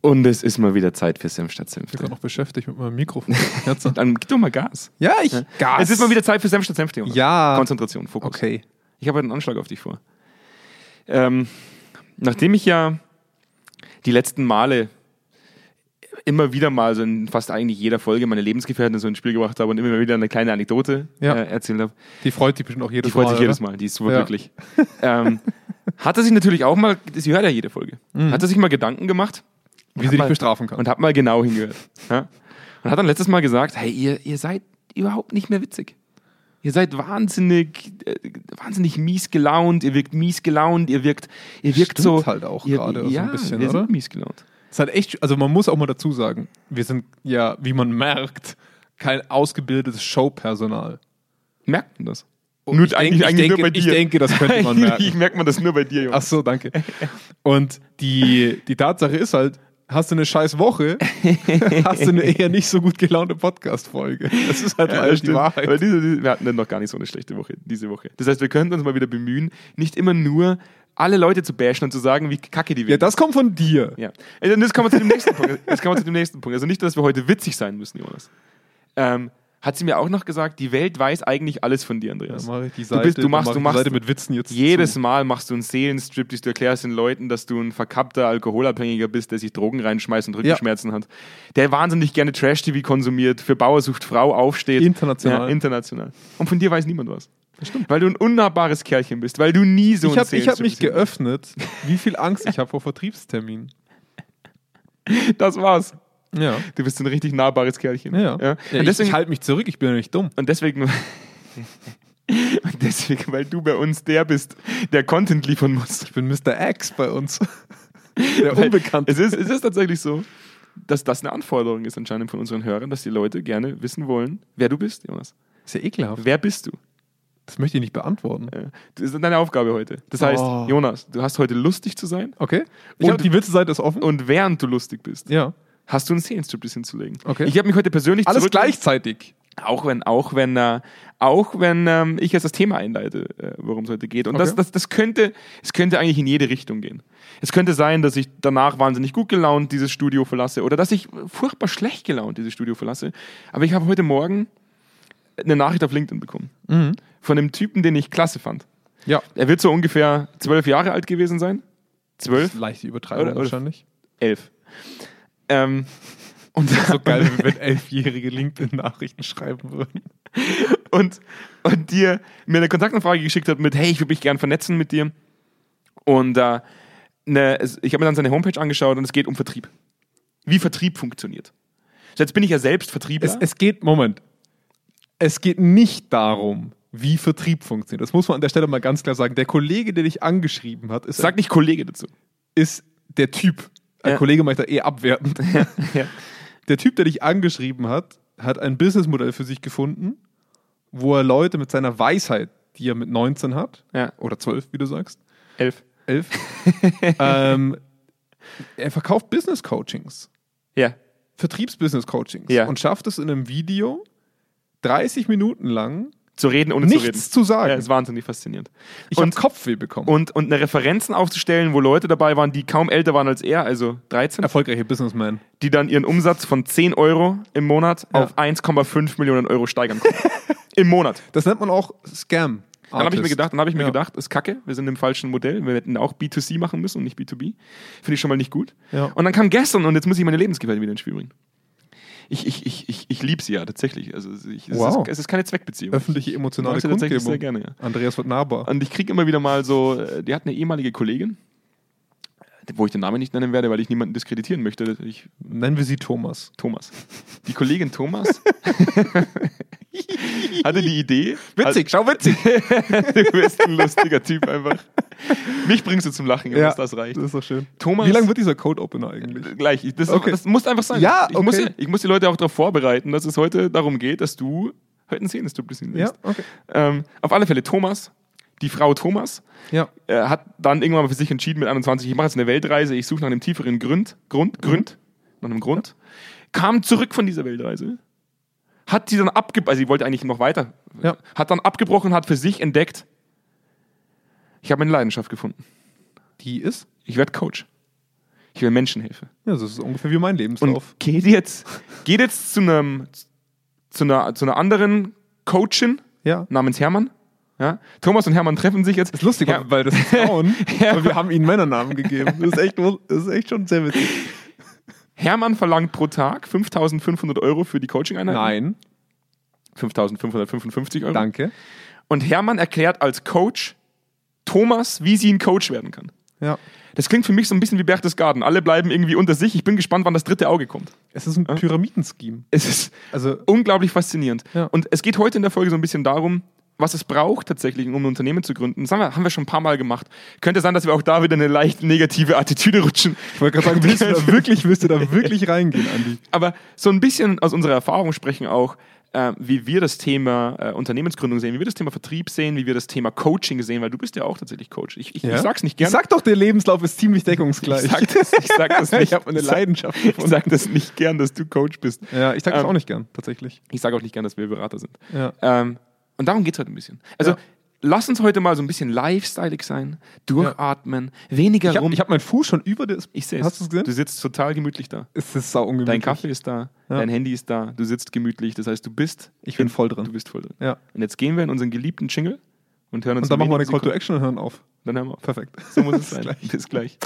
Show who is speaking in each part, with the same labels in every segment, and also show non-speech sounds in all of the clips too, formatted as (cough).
Speaker 1: Und es ist mal wieder Zeit für Senf statt Senf.
Speaker 2: Ich bin noch beschäftigt mit meinem Mikrofon.
Speaker 1: (laughs)
Speaker 2: Jetzt-
Speaker 1: Dann gib doch mal Gas.
Speaker 2: ja, ich. Gas.
Speaker 1: Es ist mal wieder Zeit für Senf statt Senf, Jonas.
Speaker 2: Ja.
Speaker 1: Konzentration, Fokus.
Speaker 2: Okay.
Speaker 1: Ich habe einen Anschlag auf dich vor. Ähm, nachdem ich ja die letzten Male immer wieder mal so in fast eigentlich jeder Folge meine Lebensgefährtin so ins Spiel gebracht habe und immer wieder eine kleine Anekdote
Speaker 2: Ja.
Speaker 1: äh, erzählt habe,
Speaker 2: Die freut dich bestimmt auch jedes
Speaker 1: die freut
Speaker 2: Mal.
Speaker 1: sich jedes
Speaker 2: oder?
Speaker 1: Mal, die ist super
Speaker 2: Ja.
Speaker 1: glücklich. ähm, hat er sich natürlich auch mal, sie hört ja jede Folge,
Speaker 2: Mhm.
Speaker 1: hat er sich mal Gedanken gemacht
Speaker 2: Wie sie dich
Speaker 1: mal-
Speaker 2: bestrafen kann.
Speaker 1: und hat mal genau hingehört. Ja? Und hat dann letztes Mal gesagt, hey, ihr, ihr seid überhaupt nicht mehr witzig. Ihr seid wahnsinnig, äh, wahnsinnig mies gelaunt, ihr wirkt mies gelaunt, ihr wirkt, ihr wirkt
Speaker 2: Stimmt
Speaker 1: so.
Speaker 2: halt auch
Speaker 1: ihr,
Speaker 2: gerade so
Speaker 1: ja,
Speaker 2: ein bisschen,
Speaker 1: wir
Speaker 2: oder?
Speaker 1: sind mies gelaunt.
Speaker 2: Es hat echt, also man muss auch mal dazu sagen, wir sind ja, wie man merkt, kein ausgebildetes Showpersonal.
Speaker 1: Merkt man das? Nur-
Speaker 2: Oh, ich
Speaker 1: eigentlich-
Speaker 2: denke,
Speaker 1: eigentlich
Speaker 2: ich
Speaker 1: nur
Speaker 2: denke,
Speaker 1: bei dir.
Speaker 2: Ich denke, das
Speaker 1: (laughs)
Speaker 2: könnte man
Speaker 1: Eigentlich
Speaker 2: merken.
Speaker 1: merkt man das nur bei dir,
Speaker 2: Ach
Speaker 1: Jungs.
Speaker 2: so, danke. Und die, die Tatsache ist halt, hast du eine
Speaker 1: (laughs)
Speaker 2: scheiß Woche, hast du eine eher nicht so gut gelaunte Podcast-Folge. Das ist halt leider die Wahrheit.
Speaker 1: Aber diese, diese, wir hatten dann noch gar nicht so eine schlechte Woche, diese Woche. Das heißt, wir könnten uns mal wieder bemühen, nicht immer nur alle Leute zu bashen und zu sagen, wie kacke die
Speaker 2: Ja,
Speaker 1: werden.
Speaker 2: das kommt von dir.
Speaker 1: Ja. Äh, dann Jetzt kommen wir zu dem nächsten Punkt. (laughs) Jetzt kommen wir zu dem nächsten Punkt. Also nicht, dass wir heute witzig sein müssen, Jonas. Ähm, hat sie mir auch noch gesagt, die Welt weiß eigentlich alles von dir, Andreas.
Speaker 2: mach ich die
Speaker 1: du, bist, du machst,
Speaker 2: mach
Speaker 1: du
Speaker 2: ich die
Speaker 1: machst
Speaker 2: Seite mit Witzen jetzt.
Speaker 1: jedes
Speaker 2: zu.
Speaker 1: Mal machst du einen Seelenstrip, du erklärst den Leuten, dass du ein verkappter Alkoholabhängiger bist, der sich Drogen reinschmeißt und Rückenschmerzen hat, der wahnsinnig gerne Trash-TV konsumiert, für Bauer sucht Frau aufsteht.
Speaker 2: International.
Speaker 1: Ja, international. Und von dir weiß niemand was. Weil du ein unnahbares Kerlchen bist, weil du nie so
Speaker 2: Ich
Speaker 1: ein
Speaker 2: habe ich hab mich
Speaker 1: bist.
Speaker 2: geöffnet, wie viel Angst ich habe vor Vertriebstermin.
Speaker 1: Das war's.
Speaker 2: Ja.
Speaker 1: Du bist ein richtig nahbares Kerlchen.
Speaker 2: Ja. ja.
Speaker 1: Und
Speaker 2: ich
Speaker 1: deswegen
Speaker 2: ich halte mich zurück, ich bin ja nicht dumm.
Speaker 1: Und deswegen, (laughs) und deswegen, weil du bei uns der bist, der Content liefern muss.
Speaker 2: Ich bin Mr. X bei uns. (laughs) Der
Speaker 1: Weil
Speaker 2: Unbekannte.
Speaker 1: Es ist, es ist tatsächlich so, dass das eine Anforderung ist anscheinend von unseren Hörern, dass die Leute gerne wissen wollen, wer du bist, Jonas.
Speaker 2: Ist ja ekelhaft.
Speaker 1: Wer bist du?
Speaker 2: Das möchte ich nicht beantworten.
Speaker 1: Äh, Das ist deine Aufgabe heute. Das heißt,
Speaker 2: Oh.
Speaker 1: Jonas, du hast heute lustig zu sein
Speaker 2: Okay? Ich
Speaker 1: Und-
Speaker 2: hab, die Witzeseite ist offen.
Speaker 1: und während du lustig bist,
Speaker 2: ja.
Speaker 1: hast du einen Seelenstriptease hinzulegen.
Speaker 2: Okay.
Speaker 1: Ich habe mich heute persönlich
Speaker 2: Alles
Speaker 1: zurückgenommen.
Speaker 2: gleichzeitig.
Speaker 1: Auch wenn, auch wenn, äh, auch wenn ähm, ich jetzt das Thema einleite, äh, worum es heute geht. Und das,
Speaker 2: Okay.
Speaker 1: das, das könnte, es könnte eigentlich in jede Richtung gehen. Es könnte sein, dass ich danach wahnsinnig gut gelaunt dieses Studio verlasse oder dass ich furchtbar schlecht gelaunt dieses Studio verlasse. Aber ich habe heute Morgen eine Nachricht auf LinkedIn bekommen. Von einem Typen, den ich klasse fand.
Speaker 2: Mhm. Ja.
Speaker 1: Er wird so ungefähr zwölf Jahre alt gewesen sein. Zwölf?
Speaker 2: Leichte Übertreibung
Speaker 1: Oder- oder-
Speaker 2: wahrscheinlich.
Speaker 1: Elf. Ähm, und
Speaker 2: So geil,
Speaker 1: (laughs)
Speaker 2: wenn elfjährige LinkedIn-Nachrichten schreiben würden.
Speaker 1: und, und dir mir eine Kontaktanfrage geschickt hat mit, hey, ich würde mich gern vernetzen mit dir. Und äh, ne, es- ich habe mir dann seine Homepage angeschaut und es geht um Vertrieb. Wie Vertrieb funktioniert. So, jetzt bin ich ja selbst Vertriebler.
Speaker 2: Es, es geht, Moment. Es geht nicht darum, wie Vertrieb funktioniert. Das muss man an der Stelle mal ganz klar sagen. Der Kollege, der dich angeschrieben hat, ist,
Speaker 1: Sag nicht Kollege dazu.
Speaker 2: ist der Typ. Ein
Speaker 1: Ja.
Speaker 2: Kollege macht da
Speaker 1: (laughs)
Speaker 2: eh abwertend. Der Typ, der dich angeschrieben hat, hat ein Businessmodell für sich gefunden, wo er Leute mit seiner Weisheit, die er mit 19 hat,
Speaker 1: Ja,
Speaker 2: oder 12, wie du sagst,
Speaker 1: elf. (laughs)
Speaker 2: 11, ähm, er verkauft Business-Coachings,
Speaker 1: Ja,
Speaker 2: Vertriebs-Business-Coachings
Speaker 1: Ja.
Speaker 2: und schafft es in einem Video 30 Minuten lang
Speaker 1: zu reden ohne zu reden.
Speaker 2: nichts zu sagen.
Speaker 1: Ja, ist wahnsinnig faszinierend.
Speaker 2: ich habe
Speaker 1: und-
Speaker 2: Kopfweh bekommen.
Speaker 1: Und, und eine Referenzen aufzustellen, wo Leute dabei waren, die kaum älter waren als er, also 13,
Speaker 2: Erfolgreiche Businessman.
Speaker 1: die dann ihren Umsatz von 10 Euro im Monat auf 1,5 Millionen Euro steigern
Speaker 2: (laughs)
Speaker 1: konnten. Im Monat.
Speaker 2: Das nennt man auch Scam.
Speaker 1: Dann habe ich mir gedacht, dann habe ich mir
Speaker 2: Ja.
Speaker 1: gedacht, ist kacke, wir sind im falschen Modell, wir hätten auch B2C machen müssen und nicht B2B. Finde ich schon mal nicht gut.
Speaker 2: Ja.
Speaker 1: Und dann kam gestern und jetzt muss ich meine Lebensgefährtin wieder ins Spiel bringen. Ich, ich, ich, ich, ich liebe sie ja tatsächlich. Also ich, es,
Speaker 2: Wow.
Speaker 1: ist, es ist keine Zweckbeziehung.
Speaker 2: öffentliche
Speaker 1: Ich
Speaker 2: emotionale
Speaker 1: mag sie tatsächlich sehr
Speaker 2: Kundgebung.
Speaker 1: gerne, ja. Also-
Speaker 2: Andreas wird nahbar.
Speaker 1: Und ich kriege immer wieder mal so, äh, die hat eine ehemalige Kollegin, wo ich den Namen nicht nennen werde, weil ich niemanden diskreditieren möchte. Ich,
Speaker 2: Nennen wir sie Thomas.
Speaker 1: Thomas. Die Kollegin
Speaker 2: (laughs)
Speaker 1: Thomas hatte die Idee. (laughs)
Speaker 2: schau witzig.
Speaker 1: Du bist ein lustiger Typ einfach. Mich bringst du zum Lachen, wenn
Speaker 2: Ja,
Speaker 1: es das reicht.
Speaker 2: Das ist doch schön.
Speaker 1: Thomas-
Speaker 2: Wie lang wird dieser Code Opener eigentlich?
Speaker 1: Gleich. Ich- Das,
Speaker 2: Okay.
Speaker 1: das muss einfach sein.
Speaker 2: Ja,
Speaker 1: ich, muss,
Speaker 2: okay.
Speaker 1: ich muss die Leute auch darauf vorbereiten, dass es heute darum geht, dass du heute einen Szenenstrip
Speaker 2: Ja,
Speaker 1: liest.
Speaker 2: okay.
Speaker 1: Ähm, auf alle Fälle Thomas, die Frau Thomas,
Speaker 2: Ja.
Speaker 1: äh, hat dann irgendwann mal für sich entschieden mit 21, ich mache jetzt eine Weltreise, ich suche nach einem tieferen Grund,
Speaker 2: Mhm.
Speaker 1: Grund, Grund, nach einem Grund. Kam zurück von dieser Weltreise, hat sie dann abgebrochen, also sie wollte eigentlich noch weiter,
Speaker 2: Ja.
Speaker 1: hat dann abgebrochen, hat für sich entdeckt, ich habe meine Leidenschaft gefunden.
Speaker 2: Die ist?
Speaker 1: Ich werde Coach. Ich will Menschenhilfe.
Speaker 2: Ja, das ist ungefähr wie mein
Speaker 1: Und
Speaker 2: Lebenslauf.
Speaker 1: geht jetzt, geht jetzt zu, einem, zu, einer, zu einer anderen Coachin
Speaker 2: ja.
Speaker 1: namens Hermann. Ja? Thomas und Hermann treffen sich jetzt.
Speaker 2: Das ist lustig,
Speaker 1: Ja.
Speaker 2: weil das sind Frauen,
Speaker 1: (laughs) Ja.
Speaker 2: aber wir haben ihnen Männernamen gegeben. Das ist echt, wus- das ist echt schon
Speaker 1: (laughs)
Speaker 2: sehr witzig.
Speaker 1: Hermann verlangt pro Tag 5.500 Euro für die Coaching-Einheit.
Speaker 2: Nein,
Speaker 1: 5.555 Euro.
Speaker 2: danke.
Speaker 1: Und Hermann erklärt als Coach Thomas, wie sie ein Coach werden kann.
Speaker 2: Ja.
Speaker 1: Das klingt für mich so ein bisschen wie Berchtesgaden. Alle bleiben irgendwie unter sich. Ich bin gespannt, wann das dritte Auge kommt.
Speaker 2: Es ist ein
Speaker 1: Äh?
Speaker 2: Pyramidenscheme.
Speaker 1: Es ist
Speaker 2: Also,
Speaker 1: unglaublich faszinierend.
Speaker 2: Ja.
Speaker 1: Und es geht heute in der Folge so ein bisschen darum, was es braucht tatsächlich, um ein Unternehmen zu gründen. Das haben wir, haben wir schon ein paar Mal gemacht. Könnte sein, dass wir auch da wieder eine leicht negative Attitüde rutschen.
Speaker 2: ich wollte gerade sagen, (laughs) willst du da wirklich, willst
Speaker 1: (laughs)
Speaker 2: du da wirklich reingehen, Andi?
Speaker 1: Aber so ein bisschen aus unserer Erfahrung sprechen auch, äh, wie wir das Thema äh, Unternehmensgründung sehen, wie wir das Thema Vertrieb sehen, wie wir das Thema Coaching sehen, weil du bist ja auch tatsächlich Coach. Ich, ich, ich sag's nicht gerne.
Speaker 2: Sag doch, der Lebenslauf ist ziemlich deckungsgleich.
Speaker 1: (laughs) Ich sag das, ich sag
Speaker 2: (laughs)
Speaker 1: das nicht.
Speaker 2: Ich hab eine Leidenschaft
Speaker 1: Ich sag das nicht gern, dass du Coach bist.
Speaker 2: ja, ich sag das
Speaker 1: Ähm,
Speaker 2: auch nicht gern, tatsächlich.
Speaker 1: Ich sage auch nicht gern, dass wir Berater sind.
Speaker 2: Ja.
Speaker 1: Ähm, und darum geht es heute ein bisschen. Also
Speaker 2: Ja.
Speaker 1: lass uns heute mal so ein bisschen lifestyleig sein, durchatmen, weniger
Speaker 2: Ich habe
Speaker 1: rum.
Speaker 2: hab meinen Fuß schon über das.
Speaker 1: Ich seh's.
Speaker 2: Hast du es gesehen?
Speaker 1: Du sitzt total gemütlich da.
Speaker 2: Es ist sau ungemütlich.
Speaker 1: Dein Kaffee ist da,
Speaker 2: Ja.
Speaker 1: dein Handy ist da, du sitzt gemütlich. Das heißt, du bist.
Speaker 2: Ich bin voll
Speaker 1: Du
Speaker 2: drin.
Speaker 1: bist voll drin.
Speaker 2: Ja.
Speaker 1: Und jetzt gehen wir in unseren geliebten Jingle und hören uns
Speaker 2: Und dann machen
Speaker 1: in
Speaker 2: wir eine
Speaker 1: wenigen
Speaker 2: Call to
Speaker 1: Sekunden-
Speaker 2: Action und hören auf.
Speaker 1: Dann hören wir auf.
Speaker 2: Perfekt.
Speaker 1: So muss es
Speaker 2: (laughs) Bis
Speaker 1: sein.
Speaker 2: gleich.
Speaker 1: Bis gleich.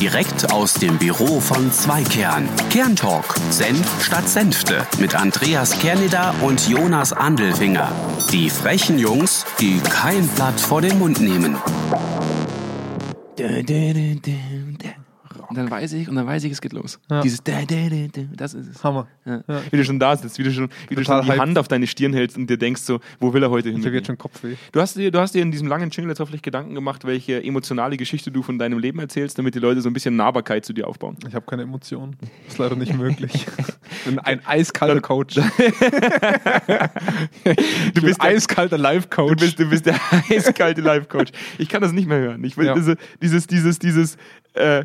Speaker 3: Direkt aus dem Büro von Zweikern. Kerntalk. Senf statt Senfte. Mit Andreas Kerneder und Jonas Andelfinger. Die frechen Jungs, die kein Blatt vor den Mund nehmen.
Speaker 1: Und dann weiß ich, und dann weiß ich, es geht los. Dieses da, da, da, da, das ist es.
Speaker 2: Hammer.
Speaker 1: Ja.
Speaker 2: Ja.
Speaker 1: Wie du schon da sitzt, wie du schon, wie du
Speaker 2: Total
Speaker 1: schon die
Speaker 2: hyped.
Speaker 1: Hand auf deine Stirn hältst und dir denkst so, wo will er heute hin?
Speaker 2: Ich habe jetzt schon Kopfweh.
Speaker 1: Du hast, dir, du hast dir in diesem langen Jingle jetzt hoffentlich Gedanken gemacht, welche emotionale Geschichte du von deinem Leben erzählst, damit die Leute so ein bisschen Nahbarkeit zu dir aufbauen.
Speaker 2: Ich habe keine Emotionen. Ist leider nicht
Speaker 1: (laughs)
Speaker 2: möglich. Ich bin ein eiskalter Coach. Du
Speaker 1: Du bist, der,
Speaker 2: eiskalter Life-Coach.
Speaker 1: du, bist, du bist
Speaker 2: (laughs)
Speaker 1: der eiskalte Life-Coach. Ich kann das nicht mehr hören. Ich will
Speaker 2: Ja.
Speaker 1: diese, dieses, dieses, dieses äh,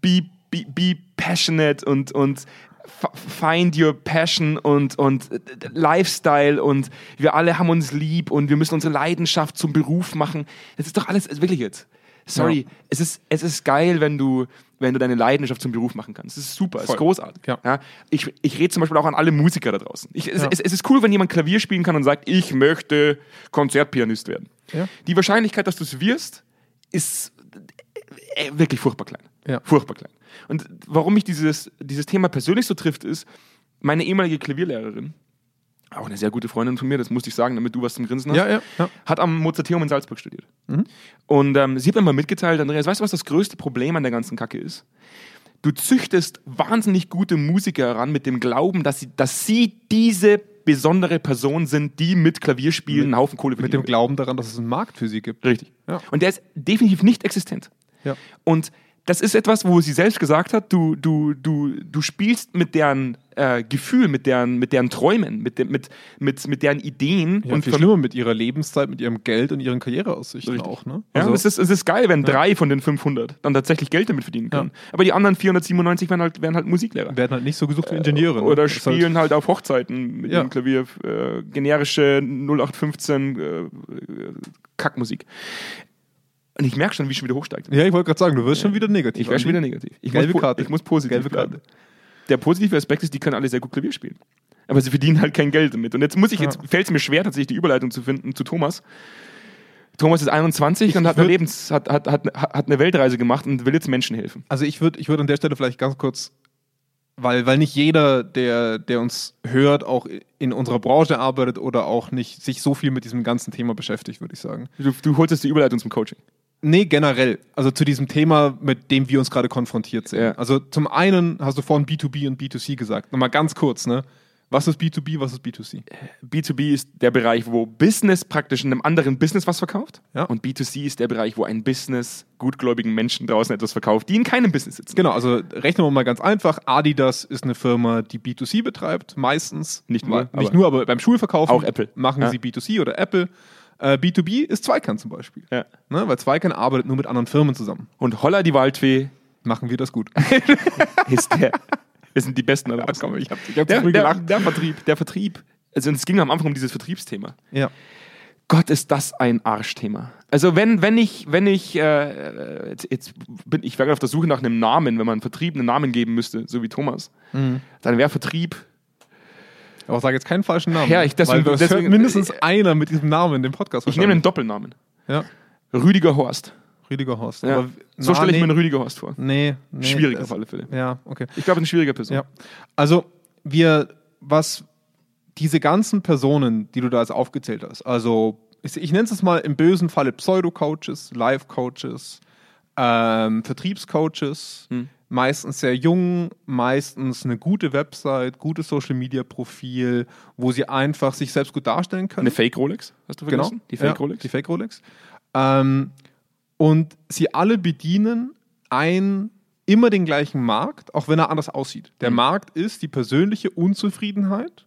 Speaker 1: be, be, be passionate und, und f- find your passion und, und äh, Lifestyle und wir alle haben uns lieb und wir müssen unsere Leidenschaft zum Beruf machen. Das ist doch alles, also wirklich jetzt. Sorry,
Speaker 2: Ja.
Speaker 1: es, ist, es ist geil, wenn du, wenn du deine Leidenschaft zum Beruf machen kannst. Es ist super, es ist
Speaker 2: Voll.
Speaker 1: großartig.
Speaker 2: Ja.
Speaker 1: ich ich rede zum Beispiel auch an alle Musiker da draußen. Ich, es,
Speaker 2: Ja.
Speaker 1: es, es ist cool, wenn jemand Klavier spielen kann und sagt, ich möchte Konzertpianist werden.
Speaker 2: Ja.
Speaker 1: Die Wahrscheinlichkeit, dass du es wirst, ist äh, wirklich furchtbar klein.
Speaker 2: Ja.
Speaker 1: Furchtbar klein. Und warum mich dieses, dieses Thema persönlich so trifft, ist, meine ehemalige Klavierlehrerin, auch eine sehr gute Freundin von mir, das musste ich sagen, damit du was zum Grinsen hast,
Speaker 2: Ja, ja, ja. Mhm.
Speaker 1: hat am Mozarteum in Salzburg studiert. Und ähm, sie hat mir mal mitgeteilt, Andreas, weißt du, was das größte Problem an der ganzen Kacke ist? Du züchtest wahnsinnig gute Musiker heran mit dem Glauben, dass sie, dass sie diese besondere Person sind, die mit Klavierspielen einen Haufen Kohle
Speaker 2: mit
Speaker 1: verdienen
Speaker 2: dem Glauben daran, dass es einen Markt für sie gibt.
Speaker 1: wird. Richtig.
Speaker 2: Ja.
Speaker 1: Und der ist definitiv nicht existent.
Speaker 2: Ja.
Speaker 1: Und das ist etwas, wo sie selbst gesagt hat, du, du, du, du spielst mit deren äh, Gefühl, mit deren, mit deren Träumen, mit, de, mit, mit, mit deren Ideen
Speaker 2: Ja,
Speaker 1: und
Speaker 2: viel
Speaker 1: ver-
Speaker 2: schlimmer mit ihrer Lebenszeit, mit ihrem Geld und ihren Karriereaussichten
Speaker 1: Richtig.
Speaker 2: auch. Ne?
Speaker 1: Ja,
Speaker 2: Also,
Speaker 1: und es, ist, es ist geil, wenn drei von den 500 dann tatsächlich Geld damit verdienen können. Aber die anderen 497 werden halt, werden halt Musiklehrer.
Speaker 2: werden halt nicht so gesucht wie Ingenieure. ne?
Speaker 1: Äh, Oder
Speaker 2: Ist halt-
Speaker 1: spielen halt auf Hochzeiten mit
Speaker 2: Ja.
Speaker 1: dem Klavier äh, generische 0815 äh, Kackmusik. Und ich merke schon, wie ich schon wieder hochsteigt.
Speaker 2: Ja, ich wollte gerade sagen, du wirst schon wieder negativ. Also
Speaker 1: Ich wäre schon
Speaker 2: Andi.
Speaker 1: wieder negativ. Ich,
Speaker 2: Gelbe
Speaker 1: muss, po-
Speaker 2: Karte.
Speaker 1: ich muss positiv
Speaker 2: Gelbe Karte.
Speaker 1: bleiben. Der positive Aspekt ist, die können alle sehr gut Klavier spielen. Aber sie verdienen halt kein Geld damit. Und jetzt muss ich, jetzt fällt es mir schwer, tatsächlich die Überleitung zu finden zu Thomas. Thomas ist 21 und hat eine,
Speaker 2: würd-
Speaker 1: Lebens, hat, hat, hat, hat eine Weltreise gemacht und will jetzt Menschen helfen.
Speaker 2: Also ich würde ich würd an der Stelle vielleicht ganz kurz, weil, weil nicht jeder, der, der uns hört, auch in unserer Branche arbeitet oder auch nicht sich so viel mit diesem ganzen Thema beschäftigt, würde ich sagen.
Speaker 1: Du, du holst jetzt die Überleitung zum Coaching.
Speaker 2: Nee, generell. Also zu diesem Thema, mit dem wir uns gerade konfrontiert sind.
Speaker 1: Ja.
Speaker 2: Also zum einen hast du vorhin B2B und B2C gesagt. Nochmal ganz kurz, ne? Was ist B2B, was ist B2C?
Speaker 1: B2B ist der Bereich, wo Business praktisch einem anderen Business was verkauft.
Speaker 2: Ja.
Speaker 1: Und B2C ist der Bereich, wo ein Business gutgläubigen Menschen draußen etwas verkauft, die in keinem Business sitzen.
Speaker 2: Genau, also rechnen wir mal ganz einfach. Adidas ist eine Firma, die B2C betreibt, meistens.
Speaker 1: Nicht nur,
Speaker 2: Weil- nicht
Speaker 1: aber-
Speaker 2: nur aber beim Schulverkauf
Speaker 1: Auch Apple.
Speaker 2: machen
Speaker 1: Ja.
Speaker 2: sie B2C oder Apple. Äh, B2B ist Zweikern zum Beispiel.
Speaker 1: Ja.
Speaker 2: Ne? Weil Zweikern arbeitet nur mit anderen Firmen zusammen.
Speaker 1: Und holla die Waldfee,
Speaker 2: Machen wir das
Speaker 1: (laughs)
Speaker 2: gut.
Speaker 1: ist
Speaker 2: (laughs)
Speaker 1: der. Wir sind die Besten oder was?
Speaker 2: komm, ich hab- ich hab zu
Speaker 1: der,
Speaker 2: früh
Speaker 1: der,
Speaker 2: gelacht.
Speaker 1: der Vertrieb, der Vertrieb. Also es ging am Anfang um dieses Vertriebsthema.
Speaker 2: ja.
Speaker 1: Gott, ist das ein Arschthema. Also wenn, wenn ich, wenn ich, äh, jetzt, jetzt bin ich wäre auf der Suche nach einem Namen, wenn man Vertrieb einen Namen geben müsste, so wie Thomas,
Speaker 2: Mhm.
Speaker 1: dann wäre Vertrieb
Speaker 2: Aber sag jetzt keinen falschen Namen.
Speaker 1: Ja, ich- deswegen-
Speaker 2: weil das
Speaker 1: deswegen-
Speaker 2: hört mindestens einer mit diesem Namen in dem Podcast.
Speaker 1: Ich nehme einen Doppelnamen.
Speaker 2: Ja,
Speaker 1: Rüdiger Horst.
Speaker 2: Rüdiger Horst.
Speaker 1: Ja.
Speaker 2: Aber-
Speaker 1: so
Speaker 2: na,
Speaker 1: stelle ich
Speaker 2: nee,
Speaker 1: mir einen Rüdiger Horst vor.
Speaker 2: Nee, nee.
Speaker 1: Schwierig
Speaker 2: das-
Speaker 1: auf alle Fälle.
Speaker 2: Ja, okay.
Speaker 1: Ich glaube, eine schwierige Person.
Speaker 2: Ja. Also, wir, was diese ganzen Personen, die du da jetzt aufgezählt hast, also ich, ich nenne es jetzt mal im bösen Falle Pseudo-Coaches, Live-Coaches, ähm, Vertriebscoaches,
Speaker 1: Hm.
Speaker 2: meistens sehr jung, meistens eine gute Website, gutes Social-Media-Profil, wo sie einfach sich selbst gut darstellen können.
Speaker 1: Eine Fake Rolex, hast du vergessen? Die Fake
Speaker 2: Genau, ja,
Speaker 1: Rolex?
Speaker 2: Die Fake Rolex. Ähm, und sie alle bedienen ein, immer den gleichen Markt, auch wenn er anders aussieht. Der
Speaker 1: Mhm.
Speaker 2: Markt ist die persönliche Unzufriedenheit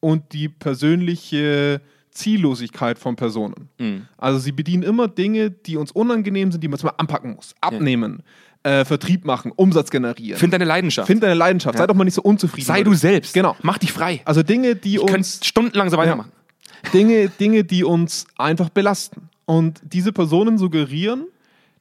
Speaker 2: und die persönliche Ziellosigkeit von Personen.
Speaker 1: Mhm. Hm.
Speaker 2: Also sie bedienen immer Dinge, die uns unangenehm sind, die man zum Beispiel anpacken muss, abnehmen, äh, Vertrieb machen, Umsatz generieren.
Speaker 1: Find deine Leidenschaft.
Speaker 2: Find deine Leidenschaft. Sei doch mal nicht so unzufrieden.
Speaker 1: Sei du selbst.
Speaker 2: Genau.
Speaker 1: Mach dich frei.
Speaker 2: Also Dinge, die
Speaker 1: Du
Speaker 2: uns
Speaker 1: kannst stundenlang so weitermachen.
Speaker 2: Dinge, Dinge, die uns einfach belasten. Und diese Personen suggerieren,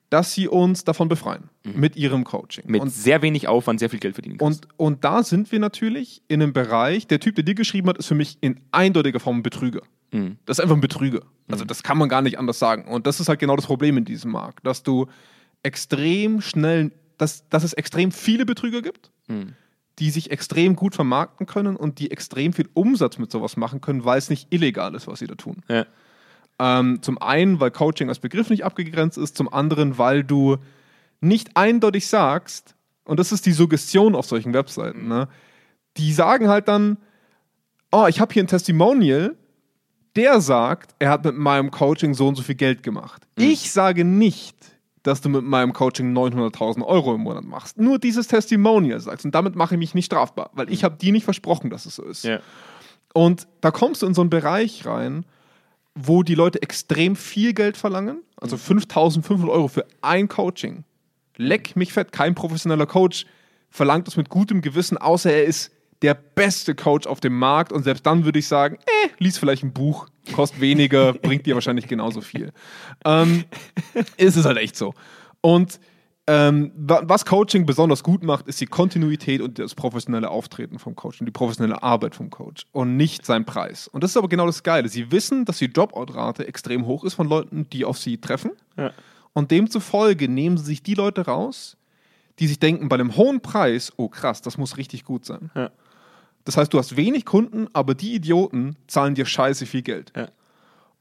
Speaker 2: dass sie uns davon befreien mit ihrem Coaching.
Speaker 1: Mhm. Mit
Speaker 2: und,
Speaker 1: sehr wenig Aufwand sehr viel Geld verdienen kannst.
Speaker 2: und, und da sind wir natürlich in einem Bereich, der Typ, der dir geschrieben hat, ist für mich in eindeutiger Form ein Betrüger.
Speaker 1: Hm,
Speaker 2: Das ist einfach ein Betrüger. Also
Speaker 1: Mhm.
Speaker 2: das kann man gar nicht anders sagen. Und das ist halt genau das Problem in diesem Markt, dass du extrem schnell, dass, dass es extrem viele Betrüger gibt,
Speaker 1: hm.
Speaker 2: die sich extrem gut vermarkten können und die extrem viel Umsatz mit sowas machen können, weil es nicht illegal ist, was sie da tun.
Speaker 1: ja.
Speaker 2: Ähm, zum einen, weil Coaching als Begriff nicht abgegrenzt ist, zum anderen, weil du nicht eindeutig sagst, und das ist die Suggestion auf solchen Webseiten, ne? die sagen halt dann, oh, ich habe hier ein Testimonial, der sagt, er hat mit meinem Coaching so und so viel Geld gemacht. Ich sage nicht, dass du mit meinem Coaching 900.000 Euro im Monat machst. Nur dieses Testimonial sagst. Und damit mache ich mich nicht strafbar, weil ich habe dir nicht versprochen, dass es so ist.
Speaker 1: Ja.
Speaker 2: Und da kommst du in so einen Bereich rein, wo die Leute extrem viel Geld verlangen. Also 5.500 Euro für ein Coaching. Leck mich fett. Kein professioneller Coach verlangt das mit gutem Gewissen, außer er ist der beste Coach auf dem Markt. Und selbst dann würde ich sagen, eh, lies vielleicht ein Buch, kostet weniger, bringt dir wahrscheinlich genauso viel. Ähm, ist es halt echt so. Und ähm, wa- was Coaching besonders gut macht, ist die Kontinuität und das professionelle Auftreten vom Coach und die professionelle Arbeit vom Coach und nicht sein Preis. Und das ist aber genau das Geile. Sie wissen, dass die Dropout-Rate extrem hoch ist von Leuten, die auf sie treffen.
Speaker 1: Ja.
Speaker 2: Und demzufolge nehmen sie sich die Leute raus, die sich denken, bei einem hohen Preis, oh krass, das muss richtig gut sein.
Speaker 1: Ja.
Speaker 2: Das heißt, du hast wenig Kunden, aber die Idioten zahlen dir scheiße viel Geld.
Speaker 1: Ja.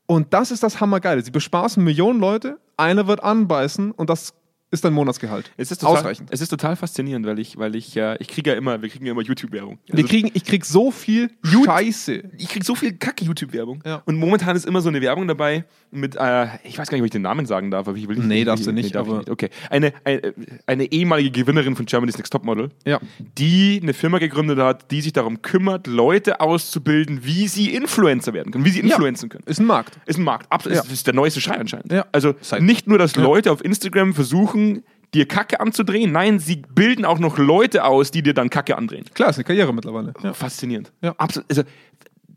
Speaker 2: Und das ist das Hammergeile. Sie bespaßen Millionen Leute, einer wird anbeißen und das ist dein Monatsgehalt.
Speaker 1: Es ist total,
Speaker 2: Ausreichend.
Speaker 1: Es ist total faszinierend, weil ich, weil ich, äh, ich kriege ja immer, wir kriegen ja immer YouTube-Werbung.
Speaker 2: Wir kriegen, ich krieg so viel Scheiße.
Speaker 1: ich krieg so viel kacke YouTube-Werbung.
Speaker 2: Ja.
Speaker 1: Und momentan ist immer so eine Werbung dabei mit, äh, ich weiß gar nicht, ob ich den Namen sagen darf, aber ich will nicht.
Speaker 2: Nee, darfst du nicht,
Speaker 1: darf ich
Speaker 2: aber-
Speaker 1: Okay. Eine, eine, eine ehemalige Gewinnerin von Germany's Next Topmodel,
Speaker 2: Ja.
Speaker 1: die eine Firma gegründet hat, die sich darum kümmert, Leute auszubilden, wie sie Influencer werden können, wie sie influenzen können.
Speaker 2: Ist ein Markt.
Speaker 1: Ist ein Markt. Absolut.
Speaker 2: Ja.
Speaker 1: Ist, ist der neueste Schrei anscheinend.
Speaker 2: Ja. halt-
Speaker 1: Also
Speaker 2: Seit-
Speaker 1: nicht nur, dass Leute auf Instagram versuchen, dir Kacke anzudrehen, nein, sie bilden auch noch Leute aus, die dir dann Kacke andrehen.
Speaker 2: Klar, ist eine Karriere mittlerweile. Ja.
Speaker 1: Faszinierend.
Speaker 2: Ja.
Speaker 1: Absolut. Also,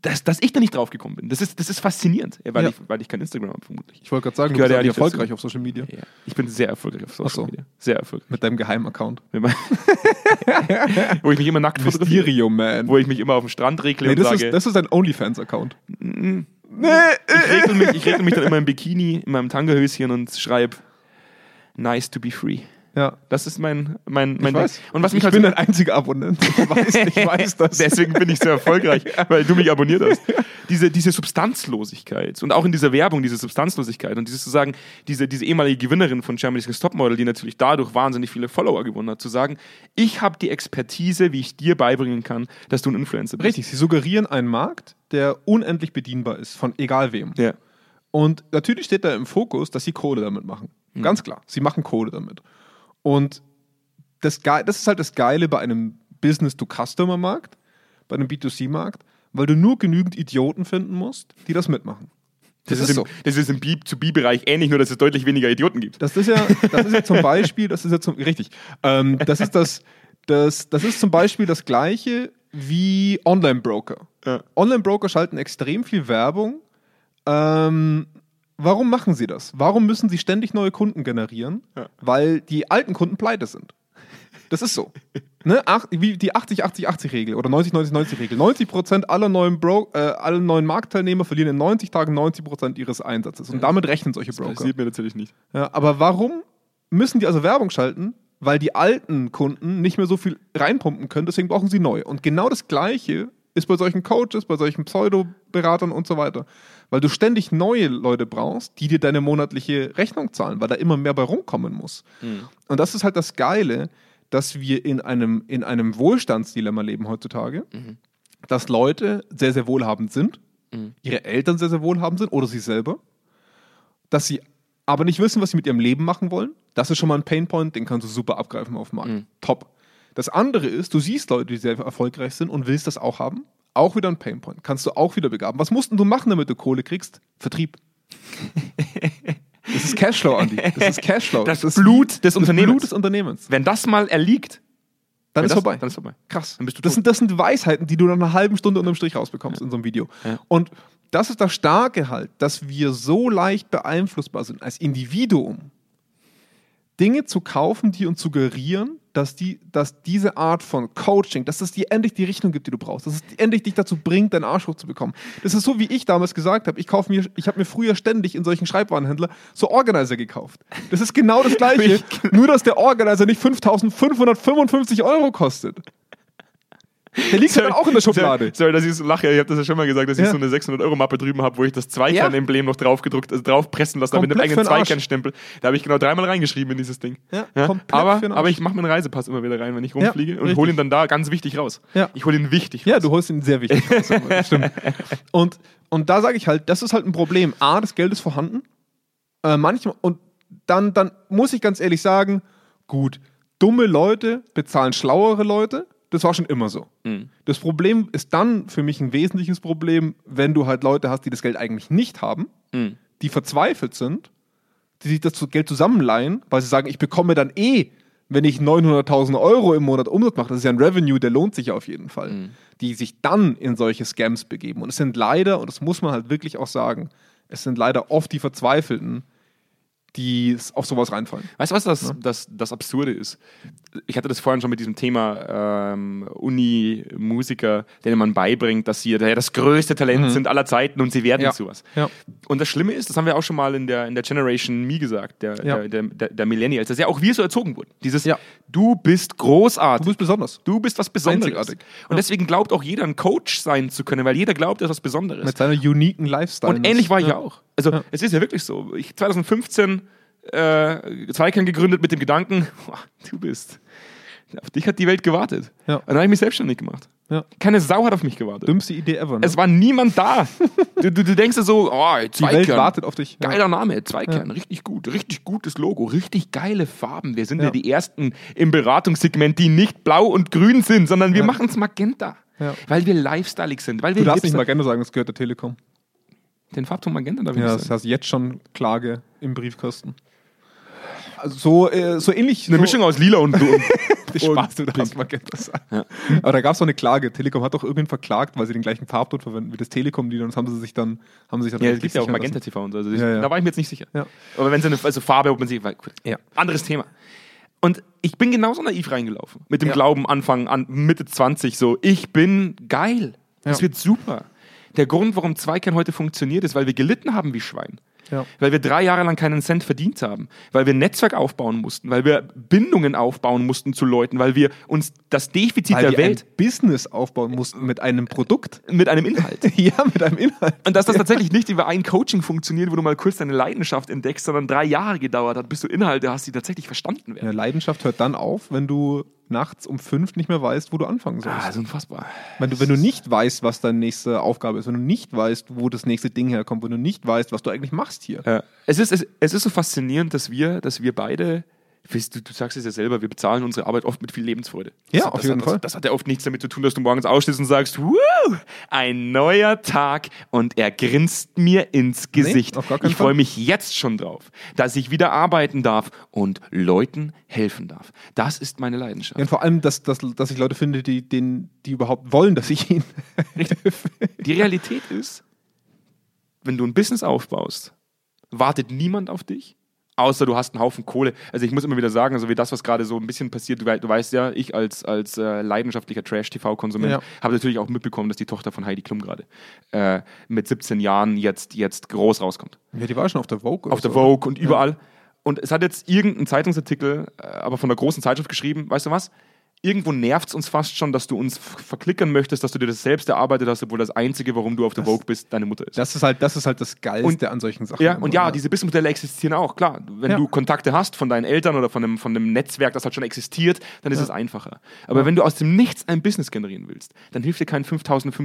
Speaker 1: dass, dass ich da nicht drauf gekommen bin, das ist, das ist faszinierend, äh, weil,
Speaker 2: Ja.
Speaker 1: ich, weil ich kein Instagram habe, vermutlich.
Speaker 2: Ich wollte gerade sagen,
Speaker 1: Ich
Speaker 2: du bist
Speaker 1: gehöre
Speaker 2: ja
Speaker 1: ja nicht
Speaker 2: erfolgreich
Speaker 1: dazu.
Speaker 2: auf Social Media.
Speaker 1: Ja. Ich bin sehr erfolgreich auf Social
Speaker 2: Ach so.
Speaker 1: Media. Sehr erfolgreich.
Speaker 2: Mit deinem geheimen Account.
Speaker 1: Wenn man- (laughs) wo ich mich immer nackt fotografiere,
Speaker 2: Mysterio Man.
Speaker 1: wo ich mich immer auf dem Strand regle
Speaker 2: Nee,
Speaker 1: und
Speaker 2: das,
Speaker 1: sage,
Speaker 2: ist, das ist dein OnlyFans-Account.
Speaker 1: ich, regle mich, ich regle mich dann immer im Bikini, in meinem Tangerhöschen und schreibe, nice to be free.
Speaker 2: Ja.
Speaker 1: Das ist mein, mein, mein
Speaker 2: weiß.
Speaker 1: Und was mich
Speaker 2: Ich
Speaker 1: halt
Speaker 2: bin
Speaker 1: so-
Speaker 2: dein einziger Abonnent. Ich
Speaker 1: (laughs)
Speaker 2: weiß, ich weiß das.
Speaker 1: Deswegen bin ich so
Speaker 2: (laughs)
Speaker 1: erfolgreich, weil du mich abonniert hast. Diese, diese Substanzlosigkeit und auch in dieser Werbung diese Substanzlosigkeit und dieses zu sagen, diese, diese ehemalige Gewinnerin von Germany's Next Topmodel, die natürlich dadurch wahnsinnig viele Follower gewonnen hat, zu sagen, ich habe die Expertise, wie ich dir beibringen kann, dass du ein Influencer bist.
Speaker 2: Richtig, sie suggerieren einen Markt, der unendlich bedienbar ist, von egal wem.
Speaker 1: Ja.
Speaker 2: Und natürlich steht da im Fokus, dass sie Kohle damit machen.
Speaker 1: Mhm.
Speaker 2: Ganz klar, sie machen Kohle damit. Und das, Ge das ist halt das Geile bei einem Business-to-Customer-Markt, bei einem B2C-Markt, weil du nur genügend Idioten finden musst, die das mitmachen.
Speaker 1: Das, ist im, das ist im B2B-Bereich ähnlich, nur dass es deutlich weniger Idioten gibt.
Speaker 2: Das ist ja, das ist ja zum Beispiel, das ist ja zum, richtig, ähm, das ist das, das, das ist zum Beispiel das Gleiche wie Online-Broker.
Speaker 1: Ja.
Speaker 2: Online-Broker schalten extrem viel Werbung Ähm, warum machen sie das? Warum müssen sie ständig neue Kunden generieren?
Speaker 1: Ja.
Speaker 2: Weil die alten Kunden pleite sind. Das ist so. ne? Ach, wie die 80-80-80-Regel oder 90-90-90-Regel. 90% aller neuen, Bro äh, aller neuen Marktteilnehmer verlieren in 90 Tagen 90% ihres Einsatzes. Und damit rechnen solche
Speaker 1: Das
Speaker 2: Broker.
Speaker 1: sieht mir natürlich nicht.
Speaker 2: Ja, aber warum müssen die also Werbung schalten? Weil die alten Kunden nicht mehr so viel reinpumpen können, deswegen brauchen sie neue. Und genau das Gleiche ist bei solchen Coaches, bei solchen Pseudo-Beratern und so weiter. Weil du ständig neue Leute brauchst, die dir deine monatliche Rechnung zahlen, weil da immer mehr bei rumkommen muss. Und das ist halt das Geile, dass wir in einem, in einem Wohlstandsdilemma leben heutzutage, dass Leute sehr, sehr wohlhabend sind,
Speaker 1: Mhm.
Speaker 2: ihre Eltern sehr, sehr wohlhabend sind oder sie selber dass sie aber nicht wissen, was sie mit ihrem Leben machen wollen. Das ist schon mal ein Painpoint, den kannst du super abgreifen auf dem Markt.
Speaker 1: Mhm.
Speaker 2: Top. Das andere ist, du siehst Leute, die sehr erfolgreich sind und willst das auch haben. Auch wieder ein Painpoint. Kannst du auch wieder begaben. Was musst denn du machen, damit du Kohle kriegst?
Speaker 1: (laughs)
Speaker 2: Vertrieb. Das ist Cashflow, Andi. Das ist Cashflow.
Speaker 1: Das
Speaker 2: ist
Speaker 1: Blut des Unternehmens.
Speaker 2: Das Blut des Unternehmens.
Speaker 1: Wenn das mal erliegt,
Speaker 2: Dann
Speaker 1: wenn
Speaker 2: ist
Speaker 1: das,
Speaker 2: vorbei.
Speaker 1: Dann ist vorbei.
Speaker 2: Krass.
Speaker 1: Dann bist du
Speaker 2: das,
Speaker 1: tot.
Speaker 2: sind, das sind Weisheiten, die du nach einer halben Stunde unterm Strich rausbekommst in so einem Video. Und das ist das Starke halt, dass wir so leicht beeinflussbar sind als Individuum, Dinge zu kaufen, die uns suggerieren, dass, die, dass diese Art von Coaching, dass es dir endlich die Richtung gibt, die du brauchst, dass es endlich dich dazu bringt, deinen Arsch hochzubekommen. Das ist so, wie ich damals gesagt habe, ich, kauf mir, ich habe mir früher ständig in solchen Schreibwarenhändler so Organizer gekauft. Das ist
Speaker 1: (laughs)
Speaker 2: genau das Gleiche, nur dass der Organizer nicht 5.555 Euro kostet. Der liegt halt dann auch in der Schublade.
Speaker 1: Sorry, sorry dass ich so lache. Ich habe das ja schon mal gesagt, dass
Speaker 2: Ja.
Speaker 1: ich so eine 600-Euro-Mappe drüben habe, wo ich das Zweikern-Emblem noch draufgedruckt, also draufpressen lassen habe mit einem
Speaker 2: Komplett
Speaker 1: eigenen
Speaker 2: für
Speaker 1: Zweikernstempel.
Speaker 2: den Arsch.
Speaker 1: Da habe ich genau dreimal reingeschrieben in dieses Ding.
Speaker 2: Ja, komplett
Speaker 1: aber,
Speaker 2: für den Arsch.
Speaker 1: aber ich mache meinen Reisepass immer wieder rein, wenn ich rumfliege und
Speaker 2: richtig.
Speaker 1: hole ihn dann da ganz wichtig raus.
Speaker 2: Ja.
Speaker 1: Ich hole ihn wichtig
Speaker 2: Ja,
Speaker 1: raus.
Speaker 2: du holst ihn sehr (laughs) wichtig. raus, aber, Stimmt. Und, und da sage ich halt, das ist halt ein Problem. A, das Geld ist vorhanden. Äh, manchmal, und dann, dann muss ich ganz ehrlich sagen, gut, dumme Leute bezahlen schlauere Leute. Das war schon immer so. Das Problem ist dann für mich ein wesentliches Problem, wenn du halt Leute hast, die das Geld eigentlich nicht haben, die verzweifelt sind die sich das Geld zusammenleihen, weil sie sagen, ich bekomme dann eh, wenn ich 900.000 Euro im Monat Umsatz mache, das ist ja ein Revenue, der lohnt sich auf jeden Fall,
Speaker 1: Mhm.
Speaker 2: die sich dann in solche Scams begeben. Und es sind leider, und das muss man halt wirklich auch sagen, es sind leider oft die Verzweifelten, die s- auf sowas reinfallen.
Speaker 1: Weißt du, was das, das, das Absurde ist? Ich hatte das vorhin schon mit diesem Thema ähm, Uni-Musiker, denen man beibringt, dass sie ja das größte Talent sind aller Zeiten und sie werden
Speaker 2: Mhm. Ja.
Speaker 1: sowas.
Speaker 2: Ja.
Speaker 1: Und das Schlimme ist, das haben wir auch schon mal in der, in der Generation Me gesagt, der,
Speaker 2: Ja.
Speaker 1: der, der, der, der Millennials, dass ja auch wir so erzogen wurden. Dieses,
Speaker 2: Ja.
Speaker 1: du bist großartig.
Speaker 2: Du bist besonders.
Speaker 1: Du bist was Besonderes.
Speaker 2: Einzigartig.
Speaker 1: Und deswegen glaubt auch jeder, ein Coach sein zu können, weil jeder glaubt, er ist was Besonderes.
Speaker 2: Mit seiner uniken Lifestyle.
Speaker 1: Und ähnlich war ich ja, auch. Also
Speaker 2: Ja.
Speaker 1: es ist ja wirklich so. Ich 2015 äh, Zweikern gegründet mit dem Gedanken, (laughs) boah, du bist. Auf dich hat die Welt gewartet.
Speaker 2: Ja.
Speaker 1: Und dann habe ich mich selbstständig gemacht.
Speaker 2: Ja.
Speaker 1: Keine Sau hat auf mich gewartet.
Speaker 2: Dümmste Idee ever. Ne?
Speaker 1: Es war niemand da. du, du, du denkst dir so, oh,
Speaker 2: die Welt wartet auf dich.
Speaker 1: Geiler Name, Zweikern, richtig gut, richtig gutes Logo, richtig geile Farben. Wir sind ja, die ersten im Beratungssegment, die nicht blau und grün sind, sondern wir machen es magenta.
Speaker 2: Ja.
Speaker 1: Weil wir lifestyleig sind, weil wir
Speaker 2: Du darfst nicht
Speaker 1: Hipster-
Speaker 2: mal gerne sagen, das gehört der Telekom.
Speaker 1: den Farbton magenta darf ich
Speaker 2: Ja,
Speaker 1: nicht
Speaker 2: das
Speaker 1: sagen.
Speaker 2: heißt jetzt schon Klage im Briefkasten. Also so, äh, so ähnlich.
Speaker 1: Eine
Speaker 2: so,
Speaker 1: Mischung aus lila
Speaker 2: (laughs)
Speaker 1: und, und
Speaker 2: Und Spaß, (laughs) du darfst Magenta sagen. Aber da gab es doch eine Klage. Telekom hat doch irgendwen verklagt, weil sie den gleichen Farbton verwenden wie das telekom lied und das haben sie sich dann haben sie sich dann
Speaker 1: Ja, es gibt ja auch
Speaker 2: sichern
Speaker 1: Magenta
Speaker 2: lassen.
Speaker 1: TV und so. Also
Speaker 2: Ja, ja.
Speaker 1: Da war ich mir jetzt nicht sicher.
Speaker 2: Ja.
Speaker 1: Aber wenn sie eine also Farbe, ob man sie. weil- gut.
Speaker 2: Ja.
Speaker 1: Anderes Thema. Und ich bin genauso naiv reingelaufen. Mit dem Glauben Anfang an Mitte 20 so, ich bin geil. Das
Speaker 2: Ja.
Speaker 1: wird super. Der Grund, warum Zweikern heute funktioniert, ist, weil wir gelitten haben wie Schwein.
Speaker 2: Ja.
Speaker 1: Weil wir drei Jahre lang keinen Cent verdient haben, weil wir ein Netzwerk aufbauen mussten, weil wir Bindungen aufbauen mussten zu Leuten, weil wir uns das Defizit
Speaker 2: Weil
Speaker 1: der
Speaker 2: wir
Speaker 1: Welt
Speaker 2: ein Business aufbauen mussten mit einem Produkt. (laughs)
Speaker 1: mit einem Inhalt.
Speaker 2: ja, mit einem Inhalt.
Speaker 1: Und dass das tatsächlich nicht über ein Coaching funktioniert, wo du mal kurz deine Leidenschaft entdeckst, sondern drei Jahre gedauert hat, bis du Inhalte hast, die tatsächlich verstanden werden.
Speaker 2: Ja, Leidenschaft hört dann auf, wenn du nachts um fünf nicht mehr weißt, wo du anfangen sollst.
Speaker 1: Ah, das ist unfassbar.
Speaker 2: Wenn du, wenn du nicht weißt, was deine nächste Aufgabe ist, wenn du nicht weißt, wo das nächste Ding herkommt, wenn du nicht weißt, was du eigentlich machst hier.
Speaker 1: Ja. Es, ist, es, es ist so faszinierend, dass wir, dass wir beide, weißt du, du sagst es ja selber, wir bezahlen unsere Arbeit oft mit viel Lebensfreude.
Speaker 2: Ja,
Speaker 1: das,
Speaker 2: auf
Speaker 1: das,
Speaker 2: jeden
Speaker 1: das,
Speaker 2: Fall.
Speaker 1: Das, hat ja oft nichts damit zu tun, dass du morgens aufstehst und sagst, Wuh, ein neuer Tag und er grinst mir ins Gesicht.
Speaker 2: auf gar keinen
Speaker 1: ich freue
Speaker 2: Fall.
Speaker 1: mich jetzt schon drauf, dass ich wieder arbeiten darf und Leuten helfen darf. Das ist meine Leidenschaft.
Speaker 2: Ja, und vor allem, dass, dass, dass ich Leute finde, die, denen, die überhaupt wollen, dass ich ihnen helfe.
Speaker 1: Die Realität ist, wenn du ein Business aufbaust, wartet niemand auf dich, außer du hast einen Haufen Kohle. Also ich muss immer wieder sagen, also wie das, was gerade so ein bisschen passiert, du, wei- du weißt ja, ich als, als äh, leidenschaftlicher Trash-TV-Konsument
Speaker 2: Ja.
Speaker 1: habe natürlich auch mitbekommen, dass die Tochter von Heidi Klum gerade äh, mit 17 Jahren jetzt, jetzt groß rauskommt.
Speaker 2: (laughs) Ja, die war schon auf der Vogue. oder
Speaker 1: Auf der
Speaker 2: so.
Speaker 1: Vogue und überall. Und es hat jetzt irgendein Zeitungsartikel, äh, aber von einer großen Zeitschrift geschrieben, weißt du was? Irgendwo nervt es uns fast schon, dass du uns f- verklickern möchtest, dass du dir das selbst erarbeitet hast, obwohl das Einzige, warum du auf der Vogue bist, deine Mutter ist.
Speaker 2: Das ist halt das, ist halt das Geilste
Speaker 1: Und-
Speaker 2: an solchen Sachen.
Speaker 1: Ja, und ja, diese
Speaker 2: diese
Speaker 1: Businessmodelle existieren auch, klar. Wenn
Speaker 2: Ja.
Speaker 1: du Kontakte hast von deinen Eltern oder von einem, von einem Netzwerk, das halt schon existiert, dann ist es einfacher. Aber wenn du aus dem Nichts ein Business generieren willst, dann hilft dir kein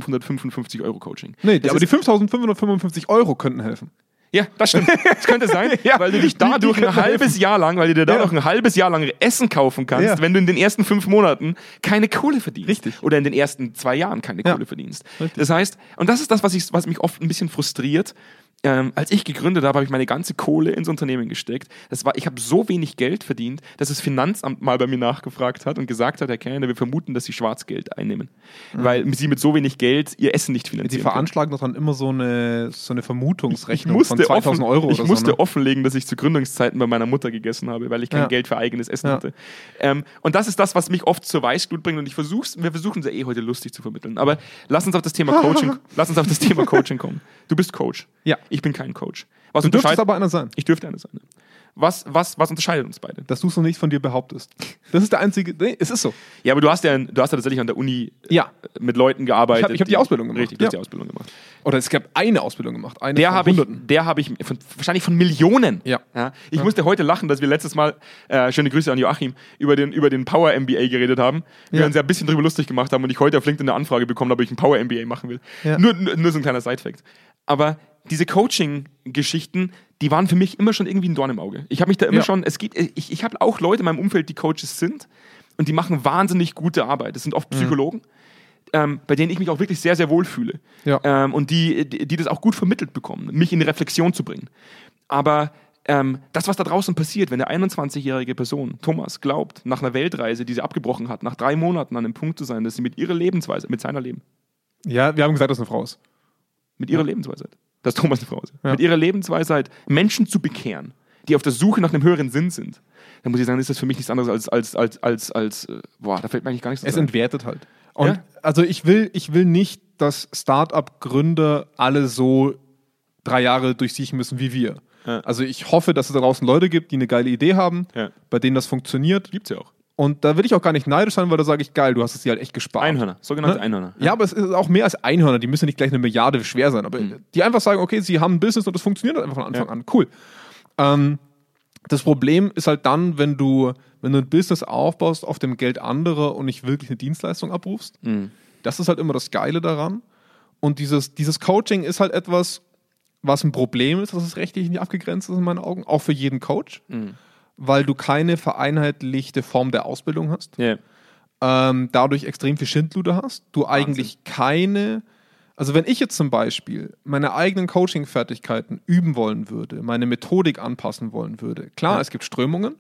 Speaker 1: 5.555 Euro Coaching.
Speaker 2: Nee,
Speaker 1: das
Speaker 2: aber die
Speaker 1: ist,
Speaker 2: 5555 Euro könnten helfen.
Speaker 1: ja, das stimmt. Das könnte
Speaker 2: (laughs)
Speaker 1: sein, weil du dich dadurch ein halbes Jahr lang, weil du dir dadurch
Speaker 2: Ja.
Speaker 1: ein halbes Jahr lang Essen kaufen kannst,
Speaker 2: Ja.
Speaker 1: wenn du in den ersten fünf Monaten keine Kohle verdienst.
Speaker 2: Richtig.
Speaker 1: Oder in den ersten zwei Jahren keine
Speaker 2: Ja.
Speaker 1: Kohle verdienst. Das heißt, und das ist das, was, ich, was mich oft ein bisschen frustriert. Ähm, als ich gegründet habe, habe ich meine ganze Kohle ins Unternehmen gesteckt. Das war, ich habe so wenig Geld verdient, dass das Finanzamt mal bei mir nachgefragt hat und gesagt hat, Herr Kellner, wir vermuten, dass Sie Schwarzgeld einnehmen, weil Sie mit so wenig Geld Ihr Essen nicht
Speaker 2: Die
Speaker 1: finanzieren können.
Speaker 2: Mhm. veranschlagen doch dann immer so eine, so eine
Speaker 1: Ich
Speaker 2: Vermutungsrechnung
Speaker 1: musste,
Speaker 2: von
Speaker 1: offen,
Speaker 2: 2000 Euro
Speaker 1: ich
Speaker 2: oder
Speaker 1: musste
Speaker 2: so. ne?
Speaker 1: offenlegen, dass ich zu Gründungszeiten bei meiner Mutter gegessen habe, weil ich kein
Speaker 2: Ja.
Speaker 1: Geld für eigenes Essen
Speaker 2: Ja.
Speaker 1: hatte. Ähm, und das ist das, was mich oft zur Weißglut bringt. Und ich versuch's, wir versuchen es ja eh heute lustig zu vermitteln. Aber lass uns auf das Thema
Speaker 2: (laughs)
Speaker 1: Coaching, lass uns auf das Thema Coaching kommen. Du bist Coach.
Speaker 2: Ja.
Speaker 1: Ich bin kein Coach. Was
Speaker 2: Du dürftest
Speaker 1: unterscheidet-
Speaker 2: aber einer sein,
Speaker 1: ich dürfte eine sein. ne? Was, was, was unterscheidet uns beide?
Speaker 2: dass du es noch nicht von dir behauptest. Das ist der einzige. Nee, es ist so.
Speaker 1: Ja, aber du hast ja, du hast ja tatsächlich an der Uni äh,
Speaker 2: Ja.
Speaker 1: mit Leuten gearbeitet.
Speaker 2: Ich hab- ich hab die Ausbildung gemacht.
Speaker 1: Richtig, du hast
Speaker 2: Ja.
Speaker 1: die Ausbildung gemacht.
Speaker 2: Oder es gab eine Ausbildung gemacht. Eine
Speaker 1: Der
Speaker 2: von
Speaker 1: habe ich,
Speaker 2: Hunderten.
Speaker 1: der habe ich von, wahrscheinlich von Millionen.
Speaker 2: Ja.
Speaker 1: ich musste heute lachen, dass wir letztes Mal, äh, schöne Grüße an Joachim, über den, über den Power MBA geredet haben. Wir
Speaker 2: Ja.
Speaker 1: uns ja ein bisschen drüber lustig gemacht haben und ich heute auf LinkedIn eine Anfrage bekommen habe, ob ich einen Power MBA machen will.
Speaker 2: Ja.
Speaker 1: Nur, nur, nur so ein kleiner Sidefact. Aber diese Coaching-Geschichten, die waren für mich immer schon irgendwie ein Dorn im Auge. Ich habe mich da immer
Speaker 2: Ja.
Speaker 1: schon, es geht, ich, ich habe auch Leute in meinem Umfeld, die Coaches sind und die machen wahnsinnig gute Arbeit. Das sind
Speaker 2: Mhm.
Speaker 1: oft Psychologen ähm, bei denen ich mich auch wirklich sehr, sehr wohl fühle.
Speaker 2: Ja.
Speaker 1: Ähm, und die, die, die das auch gut vermittelt bekommen, mich in die Reflexion zu bringen. Aber ähm, das, was da draußen passiert, wenn der 21-jährige Person, Thomas, glaubt, nach einer Weltreise, die sie abgebrochen hat, nach drei Monaten an dem Punkt zu sein, dass sie mit ihrer Lebensweise, mit seiner Leben,
Speaker 2: Ja, wir haben gesagt, dass eine Frau ist.
Speaker 1: mit ihrer Lebensweisheit, dass Thomas eine Frau ist,
Speaker 2: Ja.
Speaker 1: mit ihrer Lebensweisheit Menschen zu bekehren, die auf der Suche nach einem höheren Sinn sind, dann muss ich sagen, ist das für mich nichts anderes als, als, als, als, als äh, boah, da fällt mir eigentlich gar nichts
Speaker 2: Es
Speaker 1: dazu ein.
Speaker 2: entwertet halt. Und
Speaker 1: Ja.
Speaker 2: also ich will, ich will nicht, dass Start-up-Gründer alle so drei Jahre durchsiechen müssen wie wir.
Speaker 1: Ja.
Speaker 2: Also ich hoffe, dass es da draußen Leute gibt, die eine geile Idee haben,
Speaker 1: Ja.
Speaker 2: bei denen das funktioniert.
Speaker 1: Gibt's ja auch.
Speaker 2: Und da will ich auch gar nicht neidisch sein, weil da sage ich, geil, du hast es dir halt echt gespart.
Speaker 1: Einhörner, sogenannte Einhörner.
Speaker 2: Ne? Ja, aber es ist auch mehr als Einhörner, die müssen nicht gleich eine Milliarde schwer sein. Aber die einfach sagen, okay, sie haben ein Business und das funktioniert halt einfach von
Speaker 1: Hm.
Speaker 2: Anfang
Speaker 1: Ja.
Speaker 2: an. Cool. Ähm, das Problem ist halt dann, wenn du, wenn du ein Business aufbaust auf dem Geld anderer und nicht wirklich eine Dienstleistung abrufst.
Speaker 1: Hm.
Speaker 2: Das ist halt immer das Geile daran. Und dieses, dieses Coaching ist halt etwas, was ein Problem ist, dass es rechtlich nicht abgegrenzt ist in meinen Augen, auch für jeden Coach,
Speaker 1: Hm.
Speaker 2: weil du keine vereinheitlichte Form der Ausbildung hast
Speaker 1: Ja.
Speaker 2: ähm, dadurch extrem viel Schindluder hast, du eigentlich keine, also wenn ich jetzt zum Beispiel meine eigenen Coaching-Fertigkeiten üben wollen würde, meine Methodik anpassen wollen würde, klar,
Speaker 1: Ja.
Speaker 2: es gibt Strömungen,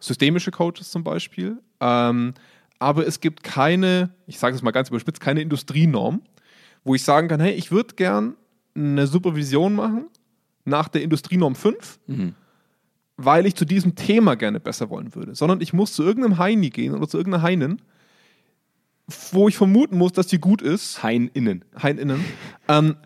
Speaker 2: systemische Coaches zum Beispiel, ähm, aber es gibt keine, ich sage es mal ganz überspitzt, keine Industrienorm, wo ich sagen kann, hey, ich würde gern eine Supervision machen nach der Industrienorm 5, weil ich zu diesem Thema gerne besser wollen würde, sondern ich muss zu irgendeinem Heini gehen oder zu irgendeiner Heinen, wo ich vermuten muss, dass die gut ist,
Speaker 1: Hein innen.
Speaker 2: Heininnen. Ähm,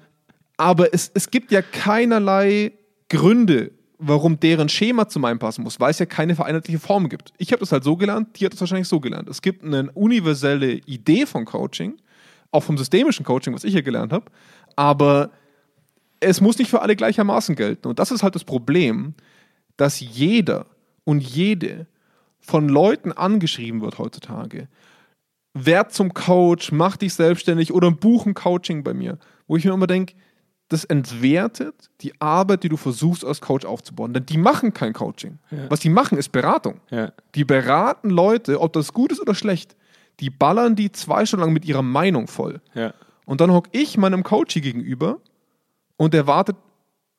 Speaker 2: aber es, es gibt ja keinerlei Gründe, warum deren Schema zu meinem passen muss, weil es ja keine vereinheitliche Form gibt. Ich habe das halt so gelernt, die hat das wahrscheinlich so gelernt. Es gibt eine universelle Idee von Coaching, auch vom systemischen Coaching, was ich hier gelernt habe, aber es muss nicht für alle gleichermaßen gelten. Und das ist halt das Problem, dass jeder und jede von Leuten angeschrieben wird heutzutage, werd zum Coach, mach dich selbstständig oder buch ein Coaching bei mir. Wo ich mir immer denke, das entwertet die Arbeit, die du versuchst als Coach aufzubauen. Denn die machen kein Coaching. Was die machen, ist Beratung.
Speaker 1: Ja.
Speaker 2: Die beraten Leute, ob das gut ist oder schlecht. Die ballern die zwei Stunden lang mit ihrer Meinung voll.
Speaker 1: Ja.
Speaker 2: Und dann hock ich meinem Coachie gegenüber und der wartet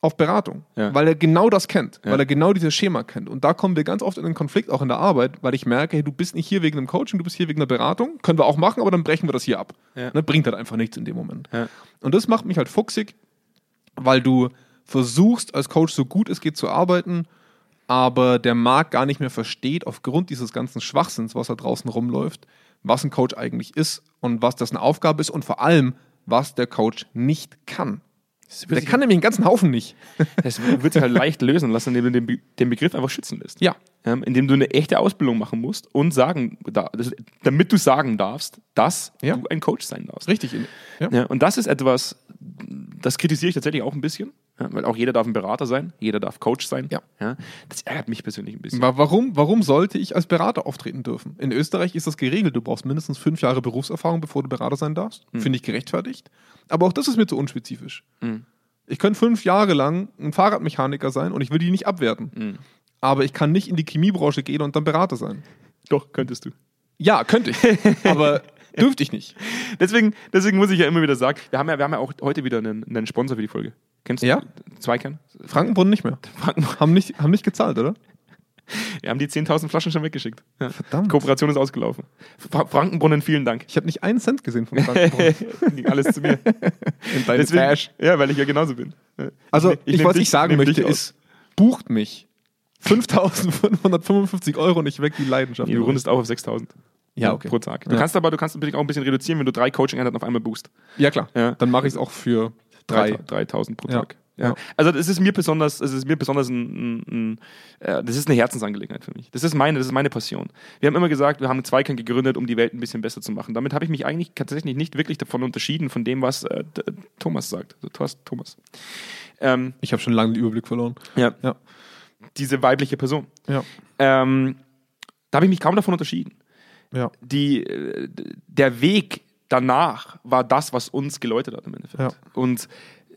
Speaker 2: auf Beratung,
Speaker 1: Ja.
Speaker 2: weil er genau das kennt, weil er genau dieses Schema kennt. Und da kommen wir ganz oft in den Konflikt, auch in der Arbeit, weil ich merke, hey, du bist nicht hier wegen einem Coaching, du bist hier wegen einer Beratung. Können wir auch machen, aber dann brechen wir das hier ab.
Speaker 1: Ja.
Speaker 2: Ne, bringt halt einfach nichts in dem Moment.
Speaker 1: Ja.
Speaker 2: Und das macht mich halt fuchsig, weil du versuchst, als Coach so gut es geht zu arbeiten, aber der Markt gar nicht mehr versteht, aufgrund dieses ganzen Schwachsinns, was da draußen rumläuft, was ein Coach eigentlich ist und was das eine Aufgabe ist und vor allem, was der Coach nicht kann. Der kann nämlich einen ganzen Haufen nicht.
Speaker 1: Das wird
Speaker 2: (laughs)
Speaker 1: sich halt leicht lösen lassen, indem du den, Be den Begriff einfach schützen lässt.
Speaker 2: Ja.
Speaker 1: Ähm, indem du eine echte Ausbildung machen musst und sagen, da, das, damit du sagen darfst, dass
Speaker 2: Ja.
Speaker 1: du ein Coach sein darfst.
Speaker 2: Richtig. Ja.
Speaker 1: Ja, und das ist etwas, das kritisiere ich tatsächlich auch ein bisschen, ja, weil auch jeder darf ein Berater sein, jeder darf Coach sein.
Speaker 2: Ja.
Speaker 1: das ärgert mich persönlich ein bisschen.
Speaker 2: Wa- Warum, warum sollte ich als Berater auftreten dürfen? In Österreich ist das geregelt. Du brauchst mindestens fünf Jahre Berufserfahrung, bevor du Berater sein darfst. Finde ich gerechtfertigt. Aber auch das ist mir zu unspezifisch. Ich kann fünf Jahre lang ein Fahrradmechaniker sein und ich will die nicht abwerten. Aber ich kann nicht in die Chemiebranche gehen und dann Berater sein.
Speaker 1: Doch, könntest du.
Speaker 2: Ja, könnte (laughs) ich. aber dürfte ich nicht.
Speaker 1: Deswegen, deswegen muss ich ja immer wieder sagen, wir haben ja, wir haben ja auch heute wieder einen, einen Sponsor für die Folge. Kennst du?
Speaker 2: Ja.
Speaker 1: Zweikern.
Speaker 2: Frankenbrunn nicht mehr. Haben nicht, haben nicht gezahlt, oder?
Speaker 1: Wir haben die 10.000 Flaschen schon weggeschickt. Ja.
Speaker 2: Verdammt.
Speaker 1: Kooperation ist ausgelaufen. Fra Frankenbrunnen, vielen Dank.
Speaker 2: Ich habe nicht einen Cent gesehen von (laughs) Frankenbrunn.
Speaker 1: Ging alles zu mir.
Speaker 2: in (laughs) deine Tasche.
Speaker 1: ja, weil ich ja genauso bin. Ja.
Speaker 2: Also,
Speaker 1: ne-
Speaker 2: ich,
Speaker 1: nehm
Speaker 2: was
Speaker 1: dich-
Speaker 2: ich sagen
Speaker 1: nehm dich
Speaker 2: möchte,
Speaker 1: aus.
Speaker 2: ist, bucht mich. (laughs) 5555 Euro und ich weg die Leidenschaft.
Speaker 1: Nee, du rundest auch auf 6000
Speaker 2: Ja, okay.
Speaker 1: pro Tag. Du
Speaker 2: Ja.
Speaker 1: kannst aber du kannst natürlich auch ein bisschen reduzieren, wenn du drei Coaching-Einheiten auf einmal boost.
Speaker 2: ja, klar.
Speaker 1: Ja.
Speaker 2: Dann mache ich es auch für drei.
Speaker 1: 3000 pro
Speaker 2: Ja.
Speaker 1: Tag. Ja.
Speaker 2: Ja.
Speaker 1: Also das ist mir besonders, es ist mir besonders ein, ein, ein äh, das ist eine Herzensangelegenheit für mich. Das ist meine, das ist meine Passion. Wir haben immer gesagt, wir haben Zweikern gegründet, um die Welt ein bisschen besser zu machen. Damit habe ich mich eigentlich tatsächlich nicht wirklich davon unterschieden, von dem, was äh, D- Thomas sagt. Also, Thorst- Thomas. Ähm,
Speaker 2: Ich habe schon lange den Überblick verloren.
Speaker 1: ja,
Speaker 2: Ja.
Speaker 1: diese weibliche Person.
Speaker 2: Ja.
Speaker 1: Ähm, da habe ich mich kaum davon unterschieden.
Speaker 2: Ja.
Speaker 1: die, äh, d- der Weg danach war das, was uns geläutet hat im Endeffekt.
Speaker 2: Ja.
Speaker 1: Und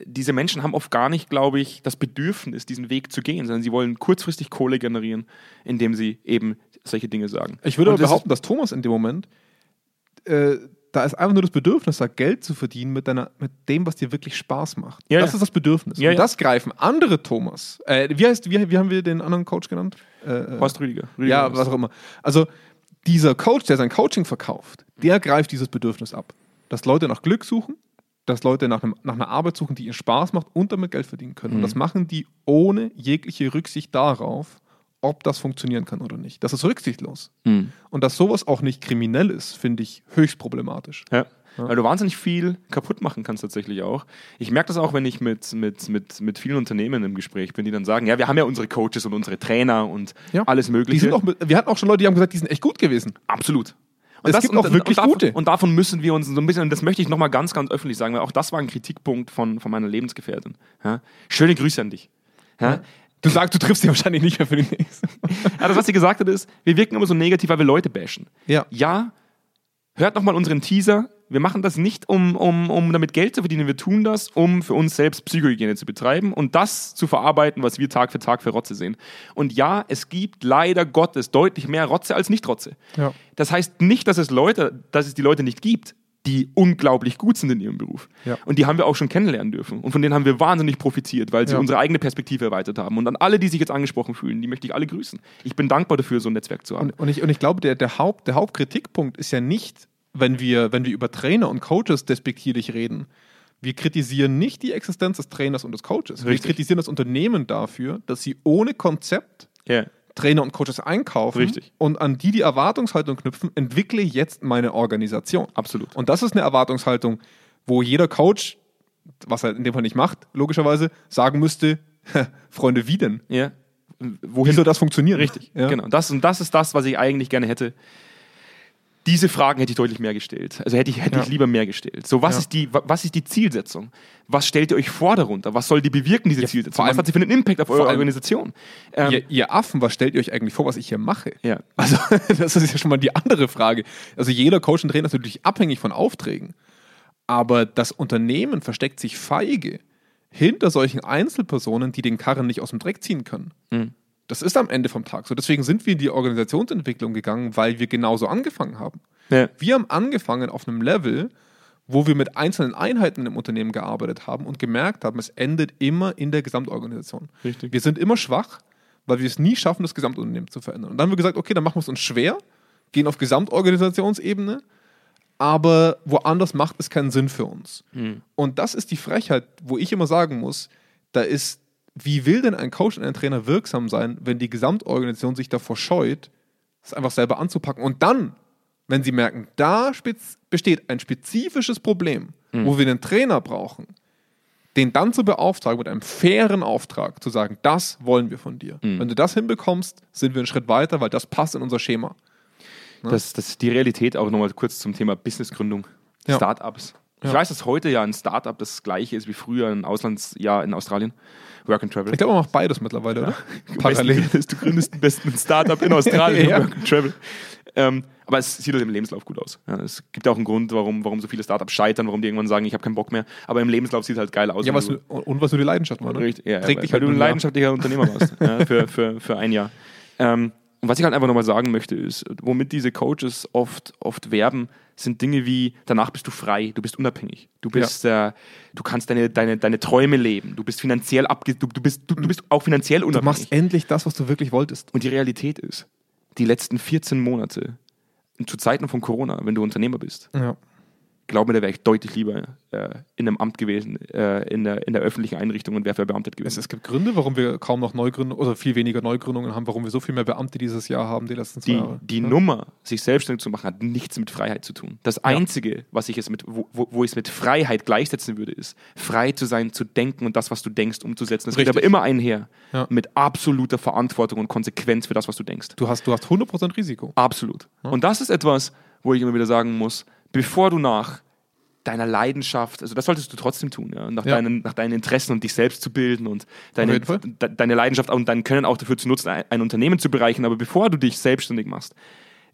Speaker 1: diese Menschen haben oft gar nicht, glaube ich, das Bedürfnis, diesen Weg zu gehen, sondern sie wollen kurzfristig Kohle generieren, indem sie eben solche Dinge sagen.
Speaker 2: Ich würde
Speaker 1: Und
Speaker 2: aber
Speaker 1: das
Speaker 2: behaupten, dass Thomas in dem Moment, äh, da ist einfach nur das Bedürfnis, da Geld zu verdienen mit, deiner, mit dem, was dir wirklich Spaß macht.
Speaker 1: Ja,
Speaker 2: das
Speaker 1: ja.
Speaker 2: ist das Bedürfnis.
Speaker 1: Ja,
Speaker 2: und
Speaker 1: ja.
Speaker 2: das greifen andere Thomas. Äh, wie, heißt, wie, wie haben wir den anderen Coach genannt? Äh,
Speaker 1: Ist
Speaker 2: äh,
Speaker 1: Horst Rüdiger. Rüdiger
Speaker 2: Ja,
Speaker 1: ist-
Speaker 2: was auch immer. Also dieser Coach, der sein Coaching verkauft, der greift dieses Bedürfnis ab. Dass Leute nach Glück suchen, dass Leute nach, einem, nach einer Arbeit suchen, die ihnen Spaß macht und damit Geld verdienen können. Und
Speaker 1: Mhm.
Speaker 2: das machen die ohne jegliche Rücksicht darauf, ob das funktionieren kann oder nicht. Das ist rücksichtslos.
Speaker 1: Mhm.
Speaker 2: Und dass sowas auch nicht kriminell ist, finde ich höchst problematisch.
Speaker 1: Ja. Weil du wahnsinnig viel kaputt machen kannst tatsächlich auch. Ich merke das auch, wenn ich mit, mit, mit, mit vielen Unternehmen im Gespräch bin, die dann sagen, ja, wir haben ja unsere Coaches und unsere Trainer und alles Mögliche.
Speaker 2: Die sind auch, mit- wir hatten auch schon Leute, die haben gesagt, die sind echt gut gewesen.
Speaker 1: Absolut. Und
Speaker 2: Es gibt auch
Speaker 1: und
Speaker 2: wirklich
Speaker 1: davon,
Speaker 2: gute.
Speaker 1: Und davon müssen wir uns so ein bisschen, und das möchte ich nochmal ganz, ganz öffentlich sagen, weil auch das war ein Kritikpunkt von, von meiner Lebensgefährtin. Ja? Schöne Grüße an dich. Ja?
Speaker 2: Du sagst, du triffst die wahrscheinlich nicht mehr für den nächsten.
Speaker 1: Ja, das, Also, was sie gesagt hat, ist, wir wirken immer so negativ, weil wir Leute bashen.
Speaker 2: Ja.
Speaker 1: Ja, hört nochmal unseren Teaser. Wir machen das nicht, um, um, um damit Geld zu verdienen. Wir tun das, um für uns selbst Psychohygiene zu betreiben und das zu verarbeiten, was wir Tag für Tag für Rotze sehen. Und ja, es gibt leider Gottes deutlich mehr Rotze als Nicht-Rotze.
Speaker 2: Ja.
Speaker 1: Das heißt nicht, dass es Leute, dass es die Leute nicht gibt, die unglaublich gut sind in ihrem Beruf.
Speaker 2: Ja.
Speaker 1: Und die haben wir auch schon kennenlernen dürfen. Und von denen haben wir wahnsinnig profitiert, weil sie
Speaker 2: Ja.
Speaker 1: unsere eigene Perspektive erweitert haben. Und an alle, die sich jetzt angesprochen fühlen, die möchte ich alle grüßen. Ich bin dankbar dafür, so ein Netzwerk zu haben.
Speaker 2: Und, und, ich, und ich glaube, der, der, Haupt, der Hauptkritikpunkt ist ja nicht, wenn wir, wenn wir über Trainer und Coaches despektierlich reden. Wir kritisieren nicht die Existenz des Trainers und des Coaches.
Speaker 1: Richtig.
Speaker 2: Wir kritisieren das Unternehmen dafür, dass sie ohne Konzept
Speaker 1: Ja.
Speaker 2: Trainer und Coaches einkaufen
Speaker 1: Richtig.
Speaker 2: und an die die Erwartungshaltung knüpfen, entwickle jetzt meine Organisation.
Speaker 1: Absolut.
Speaker 2: Und das ist eine Erwartungshaltung, wo jeder Coach, was er in dem Fall nicht macht, logischerweise sagen müsste, (laughs) Freunde, wie denn?
Speaker 1: Ja.
Speaker 2: Wie
Speaker 1: Wohin
Speaker 2: soll das funktionieren?
Speaker 1: Richtig,
Speaker 2: Ja.
Speaker 1: genau. Das, und das ist das, was ich eigentlich gerne hätte. Diese Fragen hätte ich deutlich mehr gestellt. Also hätte ich, hätte
Speaker 2: Ja.
Speaker 1: ich lieber mehr gestellt. So, was,
Speaker 2: Ja.
Speaker 1: ist die, wa- was ist die Zielsetzung? Was stellt ihr euch vor darunter? Was soll die bewirken, diese Zielsetzung?
Speaker 2: vor
Speaker 1: was
Speaker 2: allem-
Speaker 1: hat sie für einen Impact auf eure
Speaker 2: allem-
Speaker 1: Organisation? Ähm,
Speaker 2: ihr, ihr Affen, was stellt ihr euch eigentlich vor, was ich hier mache?
Speaker 1: Ja.
Speaker 2: Also, (laughs) das ist ja schon mal die andere Frage. Also, jeder Coach und Trainer ist natürlich abhängig von Aufträgen. Aber das Unternehmen versteckt sich feige hinter solchen Einzelpersonen, die den Karren nicht aus dem Dreck ziehen können.
Speaker 1: Mhm.
Speaker 2: Das ist am Ende vom Tag so. Deswegen sind wir in die Organisationsentwicklung gegangen, weil wir genauso angefangen haben.
Speaker 1: ja.
Speaker 2: Wir haben angefangen auf einem Level, wo wir mit einzelnen Einheiten im Unternehmen gearbeitet haben und gemerkt haben, es endet immer in der Gesamtorganisation.
Speaker 1: Richtig.
Speaker 2: Wir sind immer schwach, weil wir es nie schaffen, das Gesamtunternehmen zu verändern. Und dann haben wir gesagt, okay, dann machen wir es uns schwer, gehen auf Gesamtorganisationsebene, aber woanders macht es keinen Sinn für uns. Und das ist die Frechheit, wo ich immer sagen muss, da ist, wie will denn ein Coach und ein Trainer wirksam sein, wenn die Gesamtorganisation sich davor scheut, es einfach selber anzupacken. Und dann, wenn sie merken, da spez- besteht ein spezifisches Problem,
Speaker 1: Mhm.
Speaker 2: wo wir einen Trainer brauchen, den dann zu beauftragen mit einem fairen Auftrag, zu sagen, das wollen wir von dir.
Speaker 1: Mhm.
Speaker 2: Wenn du das hinbekommst, sind wir einen Schritt weiter, weil das passt in unser Schema.
Speaker 1: Das, das ist die Realität auch nochmal kurz zum Thema Businessgründung,
Speaker 2: Ja.
Speaker 1: Startups. Ich
Speaker 2: Ja.
Speaker 1: weiß, dass heute ja ein Startup das gleiche ist wie früher ein Auslandsjahr in Australien. Work and Travel.
Speaker 2: Ich glaube, man macht beides mittlerweile, oder? (laughs) Parallel.
Speaker 1: Besten, du gründest am besten ein Startup
Speaker 2: (laughs)
Speaker 1: in Australien,
Speaker 2: Ja.
Speaker 1: Work and Travel. Ähm, aber es sieht halt im Lebenslauf gut aus. Ja, es gibt auch einen Grund, warum, warum so viele Startups scheitern, warum die irgendwann sagen, ich habe keinen Bock mehr. Aber im Lebenslauf sieht es halt geil aus.
Speaker 2: Ja,
Speaker 1: wenn
Speaker 2: was,
Speaker 1: du-
Speaker 2: du- und was nur die Leidenschaft war, ne?
Speaker 1: Richtig, ja,
Speaker 2: Trägt
Speaker 1: weil,
Speaker 2: dich
Speaker 1: weil
Speaker 2: halt
Speaker 1: du ein
Speaker 2: nur, ja.
Speaker 1: leidenschaftlicher Unternehmer
Speaker 2: (laughs)
Speaker 1: warst ja, für, für, für ein Jahr. Ähm, und was ich halt einfach nochmal sagen möchte, ist, womit diese Coaches oft, oft werben, sind Dinge wie, danach bist du frei, du bist unabhängig, du bist, äh, du kannst deine, deine, deine Träume leben, du bist finanziell abge, du, du, bist, du, du bist auch finanziell
Speaker 2: Du machst
Speaker 1: unabhängig.
Speaker 2: endlich das, was du wirklich wolltest.
Speaker 1: Und die Realität ist, die letzten 14 Monate, zu Zeiten von Corona, wenn du Unternehmer bist,
Speaker 2: Ja.
Speaker 1: glaub mir, da wäre ich deutlich lieber äh, in einem Amt gewesen, äh, in, der, in der öffentlichen Einrichtung und wäre verbeamtet gewesen.
Speaker 2: Es, es gibt Gründe, warum wir kaum noch Neugründungen oder viel weniger Neugründungen haben, warum wir so viel mehr Beamte dieses Jahr haben, die letzten zwei
Speaker 1: die,
Speaker 2: Jahre.
Speaker 1: die
Speaker 2: Ja.
Speaker 1: Nummer, sich selbstständig zu machen, hat nichts mit Freiheit zu tun. Das Einzige, was ich es mit, wo, wo wo ich es mit Freiheit gleichsetzen würde, ist, frei zu sein, zu denken und das, was du denkst, umzusetzen. Das geht
Speaker 2: Richtig.
Speaker 1: aber immer einher
Speaker 2: Ja.
Speaker 1: mit absoluter Verantwortung und Konsequenz für das, was du denkst.
Speaker 2: Du hast, du hast 100% Risiko.
Speaker 1: Absolut. Und das ist etwas, wo ich immer wieder sagen muss, bevor du nach deiner Leidenschaft, also das solltest du trotzdem tun, ja? nach,
Speaker 2: Ja.
Speaker 1: Deinen, nach deinen Interessen und dich selbst zu bilden und deine,
Speaker 2: jeden Fall.
Speaker 1: de, deine Leidenschaft und dein Können auch dafür zu nutzen, ein, ein Unternehmen zu bereichern. Aber bevor du dich selbstständig machst,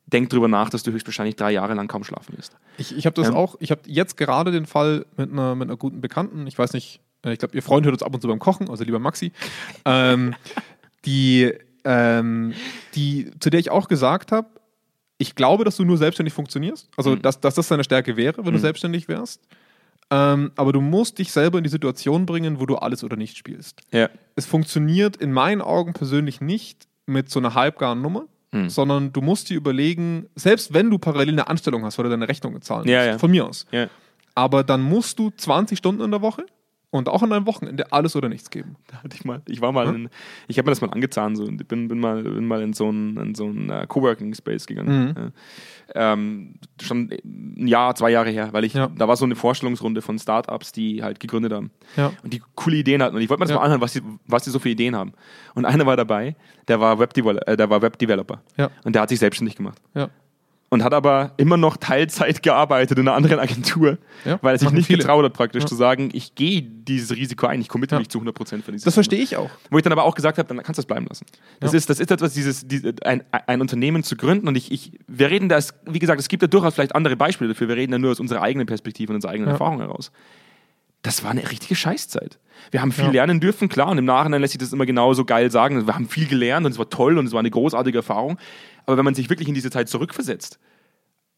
Speaker 1: denk drüber nach, dass du höchstwahrscheinlich drei Jahre lang kaum schlafen wirst.
Speaker 2: Ich, ich habe das
Speaker 1: Ähm.
Speaker 2: auch, ich habe jetzt gerade den Fall mit einer, mit einer guten Bekannten, ich weiß nicht, äh, ich glaube, ihr Freund hört uns ab und zu beim Kochen, also lieber Maxi, ähm, die, ähm, die, zu der ich auch gesagt habe, ich glaube, dass du nur selbstständig funktionierst, also dass, dass das deine Stärke wäre, wenn du selbstständig wärst, ähm, aber du musst dich selber in die Situation bringen, wo du alles oder nicht spielst.
Speaker 1: Ja.
Speaker 2: es funktioniert in meinen Augen persönlich nicht mit so einer halbgaren Nummer,
Speaker 1: Hm.
Speaker 2: sondern du musst dir überlegen, selbst wenn du parallel eine Anstellung hast, weil du deine Rechnungen zahlen
Speaker 1: Ja,
Speaker 2: musst,
Speaker 1: ja.
Speaker 2: von mir aus,
Speaker 1: ja.
Speaker 2: aber dann musst du 20 Stunden in der Woche und auch an deinem Wochenende alles oder nichts geben.
Speaker 1: Da hatte ich mal, ich war mal in, ich habe mir das mal angezahnt so und bin, bin mal, bin mal in so einen, in so einen äh, Coworking Space
Speaker 2: Mhm.
Speaker 1: gegangen. Ja. Ähm, schon ein Jahr, zwei Jahre her, weil ich,
Speaker 2: Ja.
Speaker 1: da war so eine Vorstellungsrunde von Startups, die halt gegründet haben.
Speaker 2: Ja.
Speaker 1: Und die coole Ideen hatten. Und ich wollte mir das
Speaker 2: Ja.
Speaker 1: mal anhören, was die, was die so für Ideen haben. Und einer war dabei, der war Webdeveloper, äh, der war Webdeveloper.
Speaker 2: Ja.
Speaker 1: Und der hat sich selbstständig gemacht
Speaker 2: Ja.
Speaker 1: und hat aber immer noch Teilzeit gearbeitet in einer anderen Agentur,
Speaker 2: Ja,
Speaker 1: weil er sich
Speaker 2: machen
Speaker 1: nicht
Speaker 2: viele.
Speaker 1: getraut hat, praktisch
Speaker 2: Ja.
Speaker 1: zu sagen, ich gehe dieses Risiko ein, ich committe mich zu 100% für dieses
Speaker 2: Das verstehe ich auch.
Speaker 1: wo ich dann aber auch gesagt habe, dann kannst du das bleiben lassen. Das ist, das ist etwas, dieses, diese, ein, ein Unternehmen zu gründen und ich, ich, wir reden da, es- wie gesagt, es gibt da durchaus vielleicht andere Beispiele dafür, wir reden da nur aus unserer eigenen Perspektive und unserer eigenen Erfahrung heraus. Das war eine richtige Scheißzeit. Wir haben viel
Speaker 2: Ja.
Speaker 1: lernen dürfen, klar, und im Nachhinein lässt sich das immer genauso geil sagen. Wir haben viel gelernt und es war toll und es war eine großartige Erfahrung. Aber wenn man sich wirklich in diese Zeit zurückversetzt,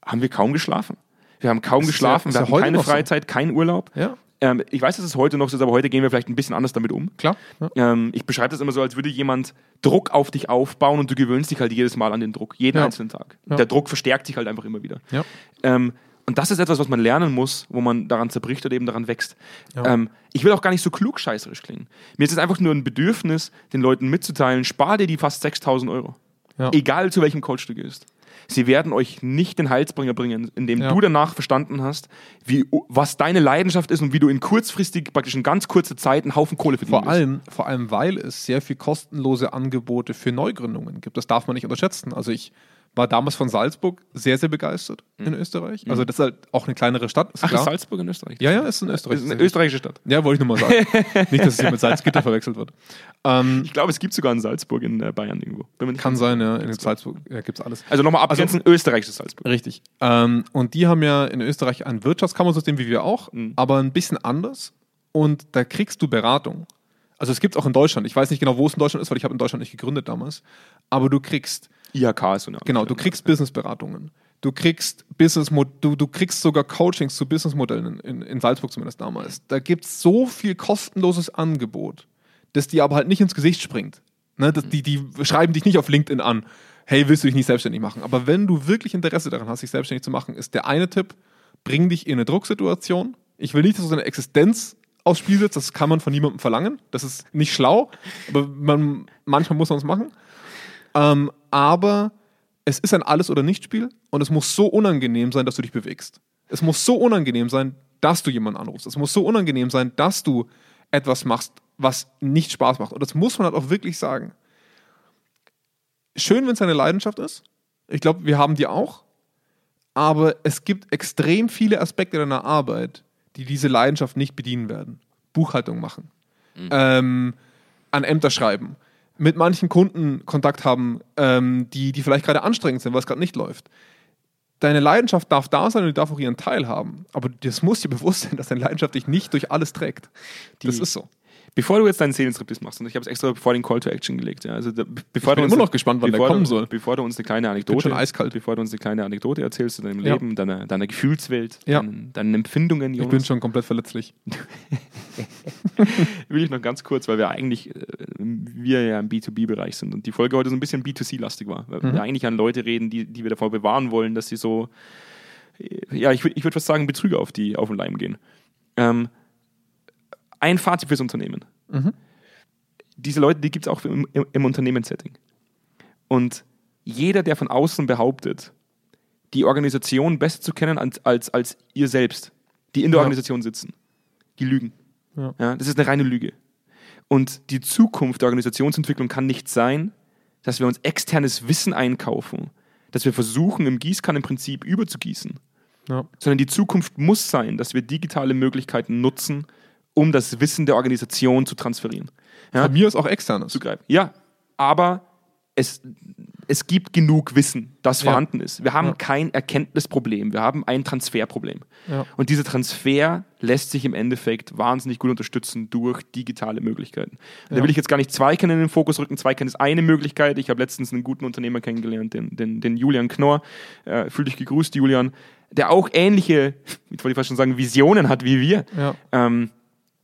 Speaker 1: haben wir kaum geschlafen. Wir haben kaum
Speaker 2: Das ist ja-
Speaker 1: geschlafen,
Speaker 2: ist ja
Speaker 1: wir hatten
Speaker 2: heute
Speaker 1: keine
Speaker 2: noch so.
Speaker 1: Freizeit, keinen Urlaub.
Speaker 2: Ja.
Speaker 1: Ähm, ich weiß, dass es heute noch so ist, aber heute gehen wir vielleicht ein bisschen anders damit um.
Speaker 2: Klar. Ja.
Speaker 1: Ähm, ich beschreibe das immer so, als würde jemand Druck auf dich aufbauen und du gewöhnst dich halt jedes Mal an den Druck, jeden
Speaker 2: Ja.
Speaker 1: einzelnen Tag.
Speaker 2: Ja.
Speaker 1: Der Druck verstärkt sich halt einfach immer wieder.
Speaker 2: Ja.
Speaker 1: Ähm, und das ist etwas, was man lernen muss, wo man daran zerbricht oder eben daran wächst.
Speaker 2: Ja.
Speaker 1: Ähm, ich will auch gar nicht so klugscheißerisch klingen. Mir ist es einfach nur ein Bedürfnis, den Leuten mitzuteilen, spar dir die fast 6000 Euro.
Speaker 2: Ja.
Speaker 1: Egal zu welchem Coach du gehst. Sie werden euch nicht den Halsbringer bringen, indem
Speaker 2: Ja.
Speaker 1: du danach verstanden hast, wie, was deine Leidenschaft ist und wie du in kurzfristig, praktisch in ganz kurzer Zeit einen Haufen Kohle verdienen
Speaker 2: Vor
Speaker 1: wirst.
Speaker 2: allem, vor allem, weil es sehr viel kostenlose Angebote für Neugründungen gibt. Das darf man nicht unterschätzen. Also ich war damals von Salzburg sehr, sehr begeistert in Österreich. Also das ist halt auch eine kleinere Stadt. Ist
Speaker 1: Hm. Ach,
Speaker 2: klar.
Speaker 1: ist Salzburg in Österreich?
Speaker 2: ja, ja, ist in Österreich.
Speaker 1: Das ist eine österreichische Stadt.
Speaker 2: Ja, wollte ich nur mal sagen. Nicht, dass es hier mit Salzgitter verwechselt wird. Ähm,
Speaker 1: Ich glaube, es gibt sogar in Salzburg in äh, Bayern irgendwo. Bin mir nicht
Speaker 2: kann
Speaker 1: ganz-
Speaker 2: sein, ja, in Salzburg ja, gibt es alles.
Speaker 1: Also nochmal abgrenzen, österreichisches Salzburg.
Speaker 2: Richtig. Ähm, und die haben ja in Österreich ein Wirtschaftskammersystem, wie wir auch, aber ein bisschen anders. Und da kriegst du Beratung. Also es gibt es auch in Deutschland. Ich weiß nicht genau, wo es in Deutschland ist, weil ich habe in Deutschland nicht gegründet damals. Aber du kriegst
Speaker 1: IHK ist so eine Art.
Speaker 2: Also- Genau, du kriegst Businessberatungen. Du kriegst Business du, du kriegst sogar Coachings zu Businessmodellen in, in, in Salzburg zumindest damals. Da gibt es so viel kostenloses Angebot, dass die aber halt nicht ins Gesicht springt. Ne, das, die, die schreiben dich nicht auf LinkedIn an, hey, willst du dich nicht selbstständig machen? Aber wenn du wirklich Interesse daran hast, dich selbstständig zu machen, ist der eine Tipp, bring dich in eine Drucksituation. Ich will nicht, dass du deine Existenz aufs Spiel setzt, das kann man von niemandem verlangen. Das ist nicht schlau, aber man, manchmal muss man es machen. Ähm, aber es ist ein Alles- oder Nicht-Spiel und es muss so unangenehm sein, dass du dich bewegst. Es muss so unangenehm sein, dass du jemanden anrufst. Es muss so unangenehm sein, dass du etwas machst, was nicht Spaß macht. Und das muss man halt auch wirklich sagen. Schön, wenn es eine Leidenschaft ist. Ich glaube, wir haben die auch. Aber es gibt extrem viele Aspekte deiner Arbeit, die diese Leidenschaft nicht bedienen werden. Buchhaltung machen, ähm, an Ämter schreiben, mit manchen Kunden Kontakt haben, ähm, die, die vielleicht gerade anstrengend sind, weil es gerade nicht läuft. Deine Leidenschaft darf da sein und die darf auch ihren Teil haben. Aber das muss dir (laughs) bewusst sein, dass deine Leidenschaft dich nicht durch alles trägt. das
Speaker 1: Die-
Speaker 2: ist so.
Speaker 1: Bevor du jetzt deinen Seelenstriptease machst, und ich habe es extra vor den Call to Action gelegt, ja, also da, be- bevor
Speaker 2: bin
Speaker 1: du uns-
Speaker 2: immer noch gespannt, wann der
Speaker 1: bevor
Speaker 2: kommen
Speaker 1: du,
Speaker 2: soll.
Speaker 1: Bevor du uns eine kleine Anekdote,
Speaker 2: schon eiskalt.
Speaker 1: bevor du uns eine kleine Anekdote erzählst zu deinem
Speaker 2: Ja.
Speaker 1: Leben, deiner, deiner Gefühlswelt,
Speaker 2: Ja.
Speaker 1: deinen, deinen Empfindungen,
Speaker 2: Ich bin schon komplett verletzlich.
Speaker 1: will ich noch ganz kurz, weil wir eigentlich, äh, wir ja im B2B-Bereich sind und die Folge heute so ein bisschen B2C-lastig war, weil
Speaker 2: Mhm.
Speaker 1: wir eigentlich an Leute reden, die, die wir davor bewahren wollen, dass sie so, äh, ja, ich, würd- ich würde fast sagen, Betrüger auf, die, auf den Leim gehen. Ähm, ein Fazit fürs Unternehmen.
Speaker 2: Mhm.
Speaker 1: Diese Leute, die gibt es auch im, im, im Unternehmenssetting. Und jeder, der von außen behauptet, die Organisation besser zu kennen als, als, als ihr selbst, die in der
Speaker 2: Ja.
Speaker 1: Organisation sitzen, die lügen.
Speaker 2: Ja.
Speaker 1: Ja, das ist eine reine Lüge. Und die Zukunft der Organisationsentwicklung kann nicht sein, dass wir uns externes Wissen einkaufen, dass wir versuchen, im Gießkannenprinzip überzugießen,
Speaker 2: Ja.
Speaker 1: sondern die Zukunft muss sein, dass wir digitale Möglichkeiten nutzen, um das Wissen der Organisation zu transferieren. Ja,
Speaker 2: Bei mir ist auch externes.
Speaker 1: zugreifen. Ja, aber es, es gibt genug Wissen, das
Speaker 2: Ja.
Speaker 1: vorhanden ist. Wir haben
Speaker 2: Ja.
Speaker 1: kein Erkenntnisproblem, wir haben ein Transferproblem.
Speaker 2: Ja.
Speaker 1: Und dieser Transfer lässt sich im Endeffekt wahnsinnig gut unterstützen durch digitale Möglichkeiten. Und Da
Speaker 2: Ja.
Speaker 1: will ich jetzt gar nicht Zweikern in den Fokus rücken. Zweikern ist eine Möglichkeit. Ich habe letztens einen guten Unternehmer kennengelernt, den, den, den Julian Knorr. Äh, fühl dich gegrüßt, Julian. Der auch ähnliche, (laughs) jetzt wollte ich fast schon sagen, Visionen hat wie wir.
Speaker 2: Ja.
Speaker 1: Ähm,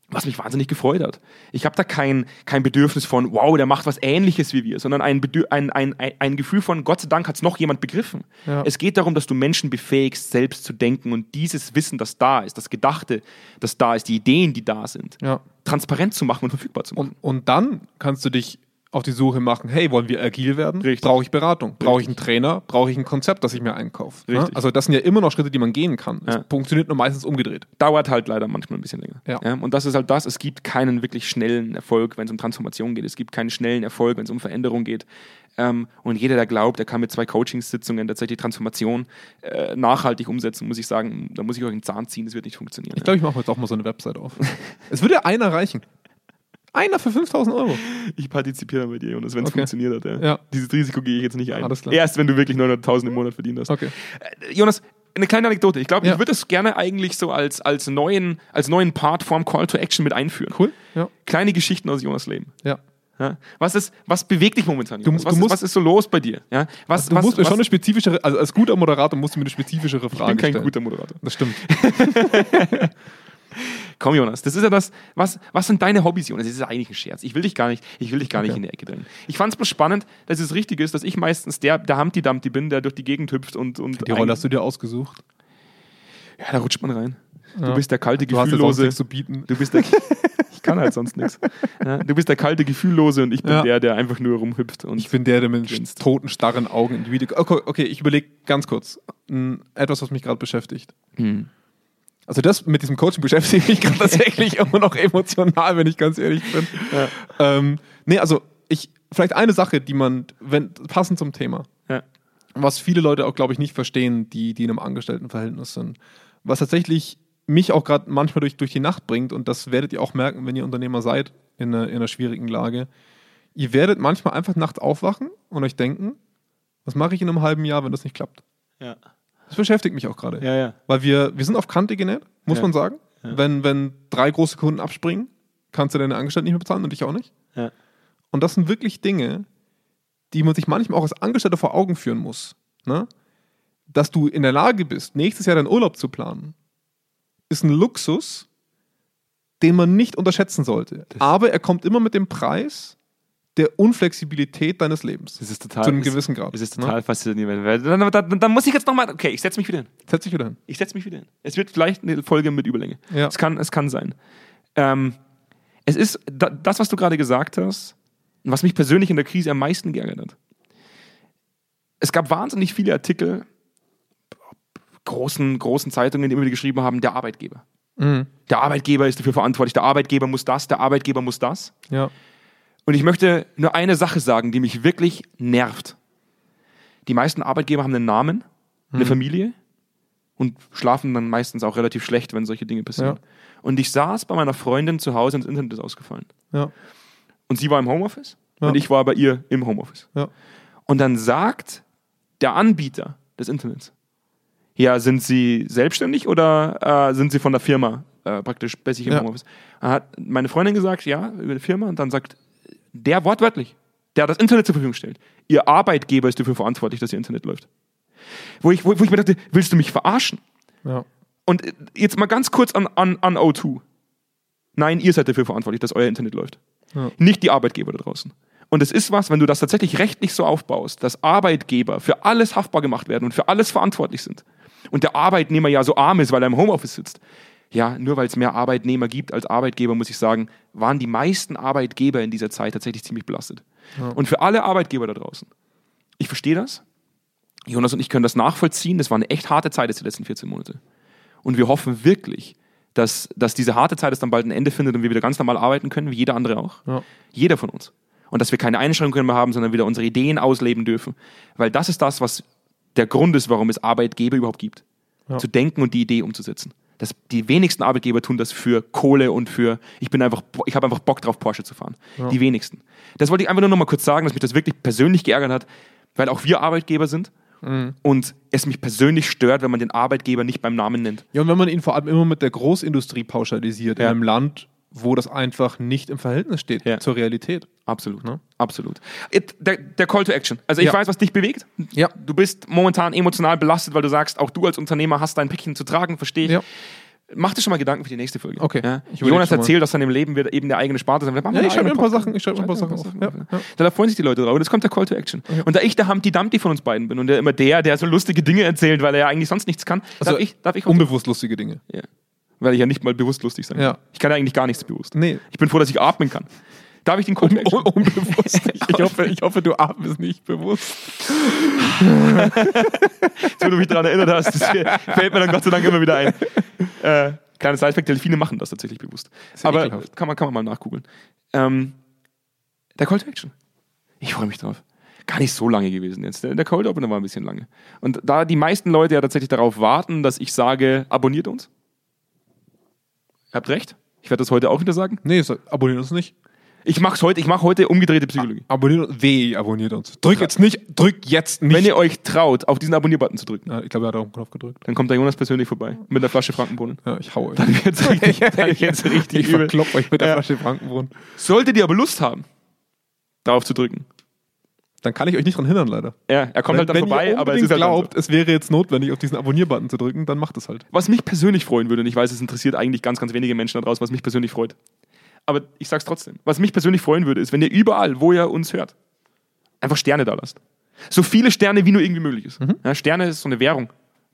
Speaker 1: was mich wahnsinnig gefreut hat. Ich habe da kein, kein Bedürfnis von, wow, der macht was Ähnliches wie wir, sondern ein, Bedür ein, ein, ein- ein Gefühl von, Gott sei Dank hat es noch jemand begriffen.
Speaker 2: Ja.
Speaker 1: Es geht darum, dass du Menschen befähigst, selbst zu denken und dieses Wissen, das da ist, das Gedachte, das da ist, die Ideen, die da sind,
Speaker 2: Ja.
Speaker 1: transparent zu machen und verfügbar zu machen.
Speaker 2: Und, und dann kannst du dich auf die Suche machen, hey, wollen wir agil werden?
Speaker 1: Richtig.
Speaker 2: Brauche ich Beratung? Brauche ich einen Trainer? Brauche ich ein Konzept, das ich mir einkaufe? Ne?
Speaker 1: Richtig.
Speaker 2: Also das sind ja immer noch Schritte, die man gehen kann.
Speaker 1: Ja.
Speaker 2: Es funktioniert nur meistens umgedreht.
Speaker 1: Dauert halt leider manchmal ein bisschen länger.
Speaker 2: Ja.
Speaker 1: und das ist halt das, es gibt keinen wirklich schnellen Erfolg, wenn es um Transformation geht. Es gibt keinen schnellen Erfolg, wenn es um Veränderung geht. Ähm, und jeder, der glaubt, er kann mit zwei Coachingsitzungen tatsächlich Transformation äh, nachhaltig umsetzen, muss ich sagen, da muss ich euch einen Zahn ziehen, das wird nicht funktionieren.
Speaker 2: Ich glaube, ich mache jetzt auch mal so eine
Speaker 1: (laughs)
Speaker 2: Website auf. es würde einer reichen. Einer für 5000 Euro.
Speaker 1: Ich partizipiere dann bei dir, Jonas, wenn es
Speaker 2: Okay.
Speaker 1: funktioniert hat. Ja.
Speaker 2: Ja.
Speaker 1: Dieses Risiko gehe ich jetzt nicht ein.
Speaker 2: Alles klar.
Speaker 1: Erst wenn du wirklich 900.000 im Monat verdient hast.
Speaker 2: Okay.
Speaker 1: Äh, Jonas, eine kleine Anekdote. Ich glaube,
Speaker 2: Ja.
Speaker 1: ich würde das gerne eigentlich so als, als, neuen, als neuen Part vom Call to Action mit einführen.
Speaker 2: Cool. Ja.
Speaker 1: Kleine Geschichten aus Jonas Leben.
Speaker 2: ja.
Speaker 1: Ja? Was, ist, was bewegt dich momentan? Jonas?
Speaker 2: du
Speaker 1: was,
Speaker 2: musst- Also
Speaker 1: ist, was ist so los bei dir? Ja? Was,
Speaker 2: Du
Speaker 1: was,
Speaker 2: musst mir
Speaker 1: was,
Speaker 2: schon eine spezifischere, also als guter Moderator musst du mir eine spezifischere Frage
Speaker 1: ich bin kein
Speaker 2: stellen.
Speaker 1: guter Moderator. (laughs)
Speaker 2: Das stimmt.
Speaker 1: Komm, Jonas, das ist ja das. Was, was sind deine Hobbys, Jonas? Das ist ja eigentlich ein Scherz. Ich will dich gar nicht, ich will dich gar nicht in die Ecke drängen. Ich fand es bloß spannend, dass es richtig ist, dass ich meistens der, der Humpty Dumpty bin, der durch die Gegend hüpft und. und
Speaker 2: Die Rolle hast du dir ausgesucht.
Speaker 1: ja, da rutscht man rein. Du
Speaker 2: Ja.
Speaker 1: bist der kalte,
Speaker 2: Du hast ja sonst
Speaker 1: gefühllose.
Speaker 2: nichts zu bieten.
Speaker 1: Du bist der. (laughs) ich kann halt sonst
Speaker 2: (laughs)
Speaker 1: nichts. Ja, du bist der kalte, gefühllose und ich bin
Speaker 2: Ja.
Speaker 1: der, der einfach nur rumhüpft. Und
Speaker 2: Ich bin der, der mit
Speaker 1: Grinst.
Speaker 2: toten, starren Augen in die Video. Okay, okay ich überlege ganz kurz. Hm, Etwas, was mich gerade beschäftigt.
Speaker 1: Hm.
Speaker 2: Also, das mit diesem Coaching beschäftigt mich (laughs)
Speaker 1: (laughs)
Speaker 2: gerade tatsächlich immer noch emotional, wenn ich ganz ehrlich bin. Ähm, nee, also, ich, vielleicht eine Sache, die man, wenn, passend zum Thema,
Speaker 1: ja.
Speaker 2: was viele Leute auch, glaube ich, nicht verstehen, die, die in einem Angestelltenverhältnis sind. Was tatsächlich mich auch gerade manchmal durch, durch die Nacht bringt, und das werdet ihr auch merken, wenn ihr Unternehmer seid in einer, in einer schwierigen Lage. Ihr werdet manchmal einfach nachts aufwachen und euch denken, was mache ich in einem halben Jahr, wenn das nicht klappt?
Speaker 1: Ja.
Speaker 2: Das beschäftigt mich auch gerade.
Speaker 1: Ja, ja.
Speaker 2: Weil wir, wir sind auf Kante genäht, muss
Speaker 1: Ja.
Speaker 2: man sagen. Wenn, wenn drei große Kunden abspringen, kannst du deine Angestellten nicht mehr bezahlen und ich auch nicht.
Speaker 1: Ja.
Speaker 2: Und das sind wirklich Dinge, die man sich manchmal auch als Angestellter vor Augen führen muss. Ne? Dass du in der Lage bist, nächstes Jahr deinen Urlaub zu planen, ist ein Luxus, den man nicht unterschätzen sollte. Aber er kommt immer mit dem Preis, der Unflexibilität deines Lebens.
Speaker 1: Es ist total,
Speaker 2: Zu einem
Speaker 1: es-
Speaker 2: gewissen Grad. ne?
Speaker 1: Es ist total faszinierend. weil Dann, dann, dann muss ich jetzt nochmal. Okay, ich setze mich wieder hin.
Speaker 2: Setz dich wieder hin.
Speaker 1: Ich setze mich wieder hin. Es wird vielleicht eine Folge mit Überlänge.
Speaker 2: Ja.
Speaker 1: Es, kann, es kann sein. Ähm, es ist da, das, was du gerade gesagt hast, und was mich persönlich in der Krise am meisten geärgert hat. Es gab wahnsinnig viele Artikel großen, großen Zeitungen, die immer wieder geschrieben haben, der Arbeitgeber. Der Arbeitgeber ist dafür verantwortlich, der Arbeitgeber muss das, der Arbeitgeber muss das.
Speaker 2: Ja.
Speaker 1: Und ich möchte nur eine Sache sagen, die mich wirklich nervt. Die meisten Arbeitgeber haben einen Namen, eine
Speaker 2: Mhm.
Speaker 1: Familie und schlafen dann meistens auch relativ schlecht, wenn solche Dinge passieren.
Speaker 2: Ja.
Speaker 1: Und ich saß bei meiner Freundin zu Hause und das Internet ist ausgefallen.
Speaker 2: Ja.
Speaker 1: Und sie war im Homeoffice
Speaker 2: Ja.
Speaker 1: und ich war bei ihr im Homeoffice.
Speaker 2: Ja.
Speaker 1: Und dann sagt der Anbieter des Internets, ja, sind Sie selbstständig oder äh, sind Sie von der Firma äh, praktisch bei sich im
Speaker 2: Ja.
Speaker 1: Homeoffice? Dann hat meine Freundin gesagt, ja, über die Firma. Und dann sagt der wortwörtlich, der das Internet zur Verfügung stellt, Ihr Arbeitgeber ist dafür verantwortlich, dass Ihr Internet läuft. Wo ich, wo, wo ich mir dachte, willst du mich verarschen?
Speaker 2: Ja.
Speaker 1: Und äh, jetzt mal ganz kurz an, an, an O2. Nein, ihr seid dafür verantwortlich, dass euer Internet läuft.
Speaker 2: Ja.
Speaker 1: Nicht die Arbeitgeber da draußen. Und es ist was, wenn du das tatsächlich rechtlich so aufbaust, dass Arbeitgeber für alles haftbar gemacht werden und für alles verantwortlich sind. Und der Arbeitnehmer ja so arm ist, weil er im Homeoffice sitzt. Ja, nur weil es mehr Arbeitnehmer gibt als Arbeitgeber, muss ich sagen, waren die meisten Arbeitgeber in dieser Zeit tatsächlich ziemlich belastet. Und für alle Arbeitgeber da draußen, ich verstehe das. Jonas und ich können das nachvollziehen. Das war eine echt harte Zeit jetzt die letzten 14 Monate. Und wir hoffen wirklich, dass, dass diese harte Zeit es dann bald ein Ende findet und wir wieder ganz normal arbeiten können, wie jeder andere auch.
Speaker 2: Ja.
Speaker 1: Jeder von uns. Und dass wir keine Einschränkungen mehr haben, sondern wieder unsere Ideen ausleben dürfen. Weil das ist das, was der Grund ist, warum es Arbeitgeber überhaupt gibt.
Speaker 2: Ja.
Speaker 1: Zu denken und die Idee umzusetzen. Das, die wenigsten Arbeitgeber tun das für Kohle und für, ich bin einfach, ich habe einfach Bock drauf, Porsche zu fahren. Die wenigsten. Das wollte ich einfach nur noch mal kurz sagen, dass mich das wirklich persönlich geärgert hat, weil auch wir Arbeitgeber sind und es mich persönlich stört, wenn man den Arbeitgeber nicht beim Namen nennt.
Speaker 2: Ja, und wenn man ihn vor allem immer mit der Großindustrie pauschalisiert,
Speaker 1: Ja.
Speaker 2: in einem Land, wo das einfach nicht im Verhältnis steht
Speaker 1: Ja.
Speaker 2: zur Realität.
Speaker 1: Absolut, absolut. It, der, der Call to Action. Also ich
Speaker 2: Ne? Ja.
Speaker 1: weiß, was dich bewegt.
Speaker 2: Ja.
Speaker 1: Du bist momentan emotional belastet, weil du sagst, auch du als Unternehmer hast dein Päckchen zu tragen, verstehe ich.
Speaker 2: Ja.
Speaker 1: Mach dir schon mal Gedanken für die nächste Folge.
Speaker 2: Okay.
Speaker 1: Ja?
Speaker 2: Ich überleg
Speaker 1: Jonas
Speaker 2: schon mal.
Speaker 1: erzählt, dass seinem Leben wird eben der eigene Sparte sein. Vielleicht machen wir
Speaker 2: Ja, ich
Speaker 1: einen
Speaker 2: schreibe mir ein
Speaker 1: eigenen
Speaker 2: paar
Speaker 1: Podcast.
Speaker 2: Sachen, ich schreibe mir ein paar Sachen auf. Ja, ja.
Speaker 1: Da freuen sich die Leute drauf. Und jetzt kommt der Call to Action. Und da ich der Humpty Dumpty von uns beiden bin und der immer der, der so lustige Dinge erzählt, weil er ja eigentlich sonst nichts kann,
Speaker 2: Also,
Speaker 1: darf ich, darf ich auch.
Speaker 2: Unbewusst lustige Dinge.
Speaker 1: Ja. Weil ich ja nicht mal bewusst lustig sein
Speaker 2: Ja.
Speaker 1: kann. Ich kann ja eigentlich gar nichts bewusst.
Speaker 2: Nee.
Speaker 1: Ich bin froh, dass ich atmen kann. Darf (laughs) ich den Call to Action?
Speaker 2: unbewusst. Ich hoffe, ich hoffe, du atmest nicht bewusst.
Speaker 1: wo du mich daran erinnert hast.
Speaker 2: (laughs)
Speaker 1: Das fällt mir dann Gott sei Dank immer wieder ein. Äh, kleines Lifehack, Delfine machen das tatsächlich bewusst.
Speaker 2: ja
Speaker 1: Aber
Speaker 2: ekelhaft.
Speaker 1: kann man, kann man mal nachgoogeln. Ähm, der Call to Action. Ich freue mich drauf. Gar nicht so lange gewesen jetzt. Der der Cold Opener war ein bisschen lange. Und da die meisten Leute ja tatsächlich darauf warten, dass ich sage, abonniert uns. Ihr habt recht. Ich werde das heute auch wieder sagen.
Speaker 2: Nee, so, abonniert uns nicht.
Speaker 1: Ich mache heute, ich mache heute umgedrehte Psychologie.
Speaker 2: Abonniert uns. Weh, abonniert uns. Drück jetzt nicht, drück jetzt nicht.
Speaker 1: Wenn ihr euch traut, auf diesen Abonnierbutton zu drücken,
Speaker 2: ja, ich glaube, er hat auch einen Knopf gedrückt.
Speaker 1: dann kommt der Jonas persönlich vorbei mit einer Flasche Frankenbohnen.
Speaker 2: Ja, ich haue.
Speaker 1: Dann (laughs) wird's richtig, dann wird's richtig
Speaker 2: ich
Speaker 1: übel.
Speaker 2: verklopp euch mit der
Speaker 1: Ja.
Speaker 2: Flasche Frankenbrunn.
Speaker 1: Solltet ihr aber Lust haben, darauf zu drücken.
Speaker 2: Dann kann ich euch nicht dran hindern, leider.
Speaker 1: Ja, er kommt halt dann vorbei,
Speaker 2: ihr
Speaker 1: aber es
Speaker 2: unbedingt
Speaker 1: ist halt dann
Speaker 2: glaubt, es wäre jetzt notwendig, auf diesen Abonnier-Button zu drücken, dann macht es halt.
Speaker 1: so. Was mich persönlich freuen würde, und ich weiß, es interessiert eigentlich ganz, ganz wenige Menschen da draußen, was mich persönlich freut. Aber ich sag's trotzdem. Was mich persönlich freuen würde, ist, wenn ihr überall, wo ihr uns hört, einfach Sterne da lasst. So viele Sterne, wie nur irgendwie möglich ist. Ja, Sterne ist so eine Währung.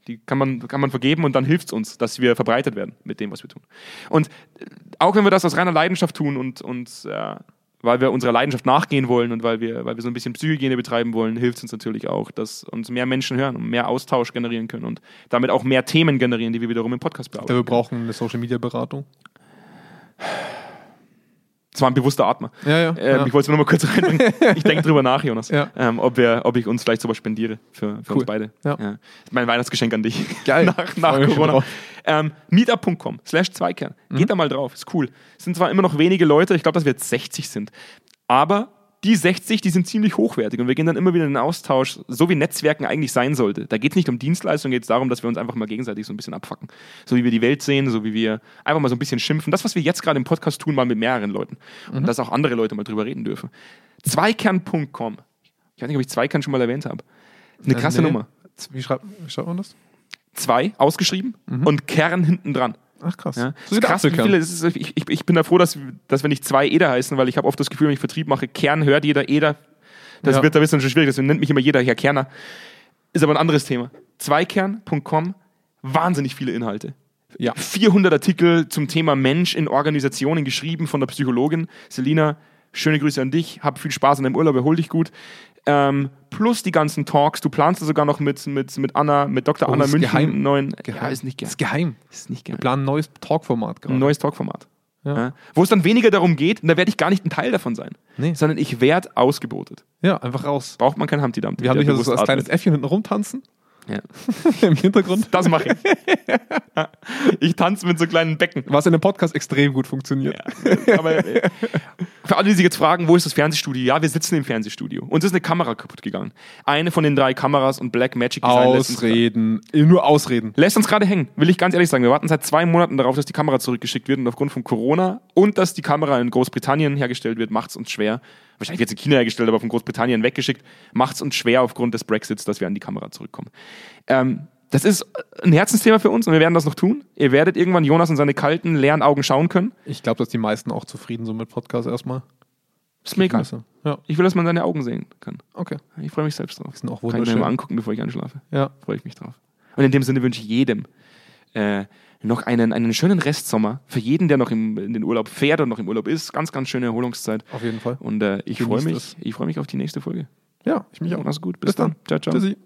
Speaker 1: Die kann man, kann man vergeben und dann hilft's uns, dass wir verbreitet werden mit dem, was wir tun. Und äh, auch wenn wir das aus reiner Leidenschaft tun und, und äh, weil wir unserer Leidenschaft nachgehen wollen und weil wir, weil wir so ein bisschen Psychogene betreiben wollen, hilft's uns natürlich auch, dass uns mehr Menschen hören und mehr Austausch generieren können und damit auch mehr Themen generieren, die wir wiederum im Podcast bearbeiten.
Speaker 2: Wir brauchen eine Social-Media-Beratung.
Speaker 1: Das war ein bewusster Atmer.
Speaker 2: Ja, ja.
Speaker 1: Ähm,
Speaker 2: ja.
Speaker 1: Ich wollte es nur noch mal kurz
Speaker 2: (laughs)
Speaker 1: reinbringen. Ich denke drüber nach, Jonas,
Speaker 2: Ja.
Speaker 1: ähm, ob, wir, ob ich uns vielleicht sowas spendiere für, für uns beide.
Speaker 2: Ja.
Speaker 1: Mein Weihnachtsgeschenk an dich.
Speaker 2: (laughs) Geil.
Speaker 1: Nach, nach
Speaker 2: Freu mich schon
Speaker 1: Corona.
Speaker 2: drauf. Mhm.
Speaker 1: Ähm, Meetup.com slash Zweikern. Geht da mal drauf. Ist cool. Es sind zwar immer noch wenige Leute, ich glaube, dass wir jetzt 60 sind. Aber die 60, die sind ziemlich hochwertig und wir gehen dann immer wieder in den Austausch, so wie Netzwerken eigentlich sein sollte. Da geht es nicht um Dienstleistung, geht es darum, dass wir uns einfach mal gegenseitig so ein bisschen abfacken. So wie wir die Welt sehen, so wie wir einfach mal so ein bisschen schimpfen. Das, was wir jetzt gerade im Podcast tun, mal mit mehreren Leuten.
Speaker 2: Mhm.
Speaker 1: Und dass auch andere Leute mal drüber reden dürfen. Zweikern.com. Ich weiß nicht, ob ich Zweikern schon mal erwähnt habe. Eine krasse
Speaker 2: Äh, Nee.
Speaker 1: Nummer.
Speaker 2: Wie schreibt, wie schreibt man das?
Speaker 1: Zwei ausgeschrieben und Kern hinten dran.
Speaker 2: Ach krass.
Speaker 1: Ja. ist
Speaker 2: So sieht
Speaker 1: krass, wie
Speaker 2: Apfelkern.
Speaker 1: viele, es ist, ich, ich, ich bin da froh, dass, dass wir nicht zwei Eder heißen, weil ich habe oft das Gefühl, wenn ich Vertrieb mache, Kern hört jeder Eder. Das
Speaker 2: Ja.
Speaker 1: wird da ein bisschen schon schwierig, deswegen nennt mich immer jeder Herr Kerner. Ist aber ein anderes Thema. Zweikern.com, wahnsinnig viele Inhalte.
Speaker 2: Ja.
Speaker 1: 400 Artikel zum Thema Mensch in Organisationen geschrieben von der Psychologin Selina. Schöne Grüße an dich. Hab viel Spaß an deinem Urlaub. Erhol dich gut. Ähm, plus die ganzen Talks. Du planst ja sogar noch mit, mit, mit Anna, mit Dr. Anna
Speaker 2: Oh, ist
Speaker 1: München.
Speaker 2: geheim.
Speaker 1: Neuen,
Speaker 2: Geheim.
Speaker 1: Ja, ist nicht geheim.
Speaker 2: Ist geheim.
Speaker 1: Ist nicht
Speaker 2: Wir
Speaker 1: geheim.
Speaker 2: planen ein neues Talkformat gerade.
Speaker 1: Ein neues Talkformat.
Speaker 2: Ja.
Speaker 1: Ja. Wo es dann weniger darum geht, und da werde ich gar nicht ein Teil davon sein,
Speaker 2: Nee.
Speaker 1: sondern ich werde ausgebotet.
Speaker 2: Ja, einfach raus.
Speaker 1: Braucht man kein Humpty Dumpty.
Speaker 2: Wir haben
Speaker 1: der
Speaker 2: dich also so
Speaker 1: bewusst
Speaker 2: als kleines
Speaker 1: atmet.
Speaker 2: Äffchen hinten rumtanzen
Speaker 1: ja.
Speaker 2: (laughs) im Hintergrund.
Speaker 1: Das mache ich.
Speaker 2: (laughs)
Speaker 1: ich tanze mit so kleinen Becken.
Speaker 2: Was in dem Podcast extrem gut funktioniert.
Speaker 1: Aber äh, für alle, die sich jetzt fragen, wo ist das Fernsehstudio? Ja, wir sitzen im Fernsehstudio. Uns ist eine Kamera kaputt gegangen. Eine von den drei Kameras und Black Magic Design lässt uns
Speaker 2: Ausreden. Äh, Nur Ausreden.
Speaker 1: Lässt uns gerade hängen, will ich ganz ehrlich sagen. Wir warten seit zwei Monaten darauf, dass die Kamera zurückgeschickt wird und aufgrund von Corona und dass die Kamera in Großbritannien hergestellt wird, macht es uns schwer. Wahrscheinlich wird es in China hergestellt, aber von Großbritannien weggeschickt, macht es uns schwer aufgrund des Brexits, dass wir an die Kamera zurückkommen. Ähm, das ist ein Herzensthema für uns und wir werden das noch tun. Ihr werdet irgendwann Jonas und seine kalten, leeren Augen schauen können.
Speaker 2: Ich glaube, dass die meisten auch zufrieden sind mit Podcast erstmal.
Speaker 1: Ist mir egal.
Speaker 2: Grüße. Ja,
Speaker 1: Ich will, dass man seine Augen sehen kann.
Speaker 2: okay.
Speaker 1: Ich freue mich selbst drauf.
Speaker 2: sind auch
Speaker 1: Kann ich mir
Speaker 2: wunderschön.
Speaker 1: mal angucken, bevor ich einschlafe.
Speaker 2: Ja.
Speaker 1: Freue ich mich drauf. Und in dem Sinne wünsche ich jedem äh, noch einen, einen schönen Restsommer. Für jeden, der noch im, in den Urlaub fährt und noch im Urlaub ist. Ganz, ganz schöne Erholungszeit.
Speaker 2: Auf jeden Fall.
Speaker 1: Und äh, ich
Speaker 2: Genießt
Speaker 1: freue mich,
Speaker 2: es.
Speaker 1: ich freue mich auf die nächste Folge.
Speaker 2: Ja, ich mich auch.
Speaker 1: Mach's gut. Bis,
Speaker 2: Bis
Speaker 1: dann.
Speaker 2: dann.
Speaker 1: Ciao, ciao.
Speaker 2: Tschüssi.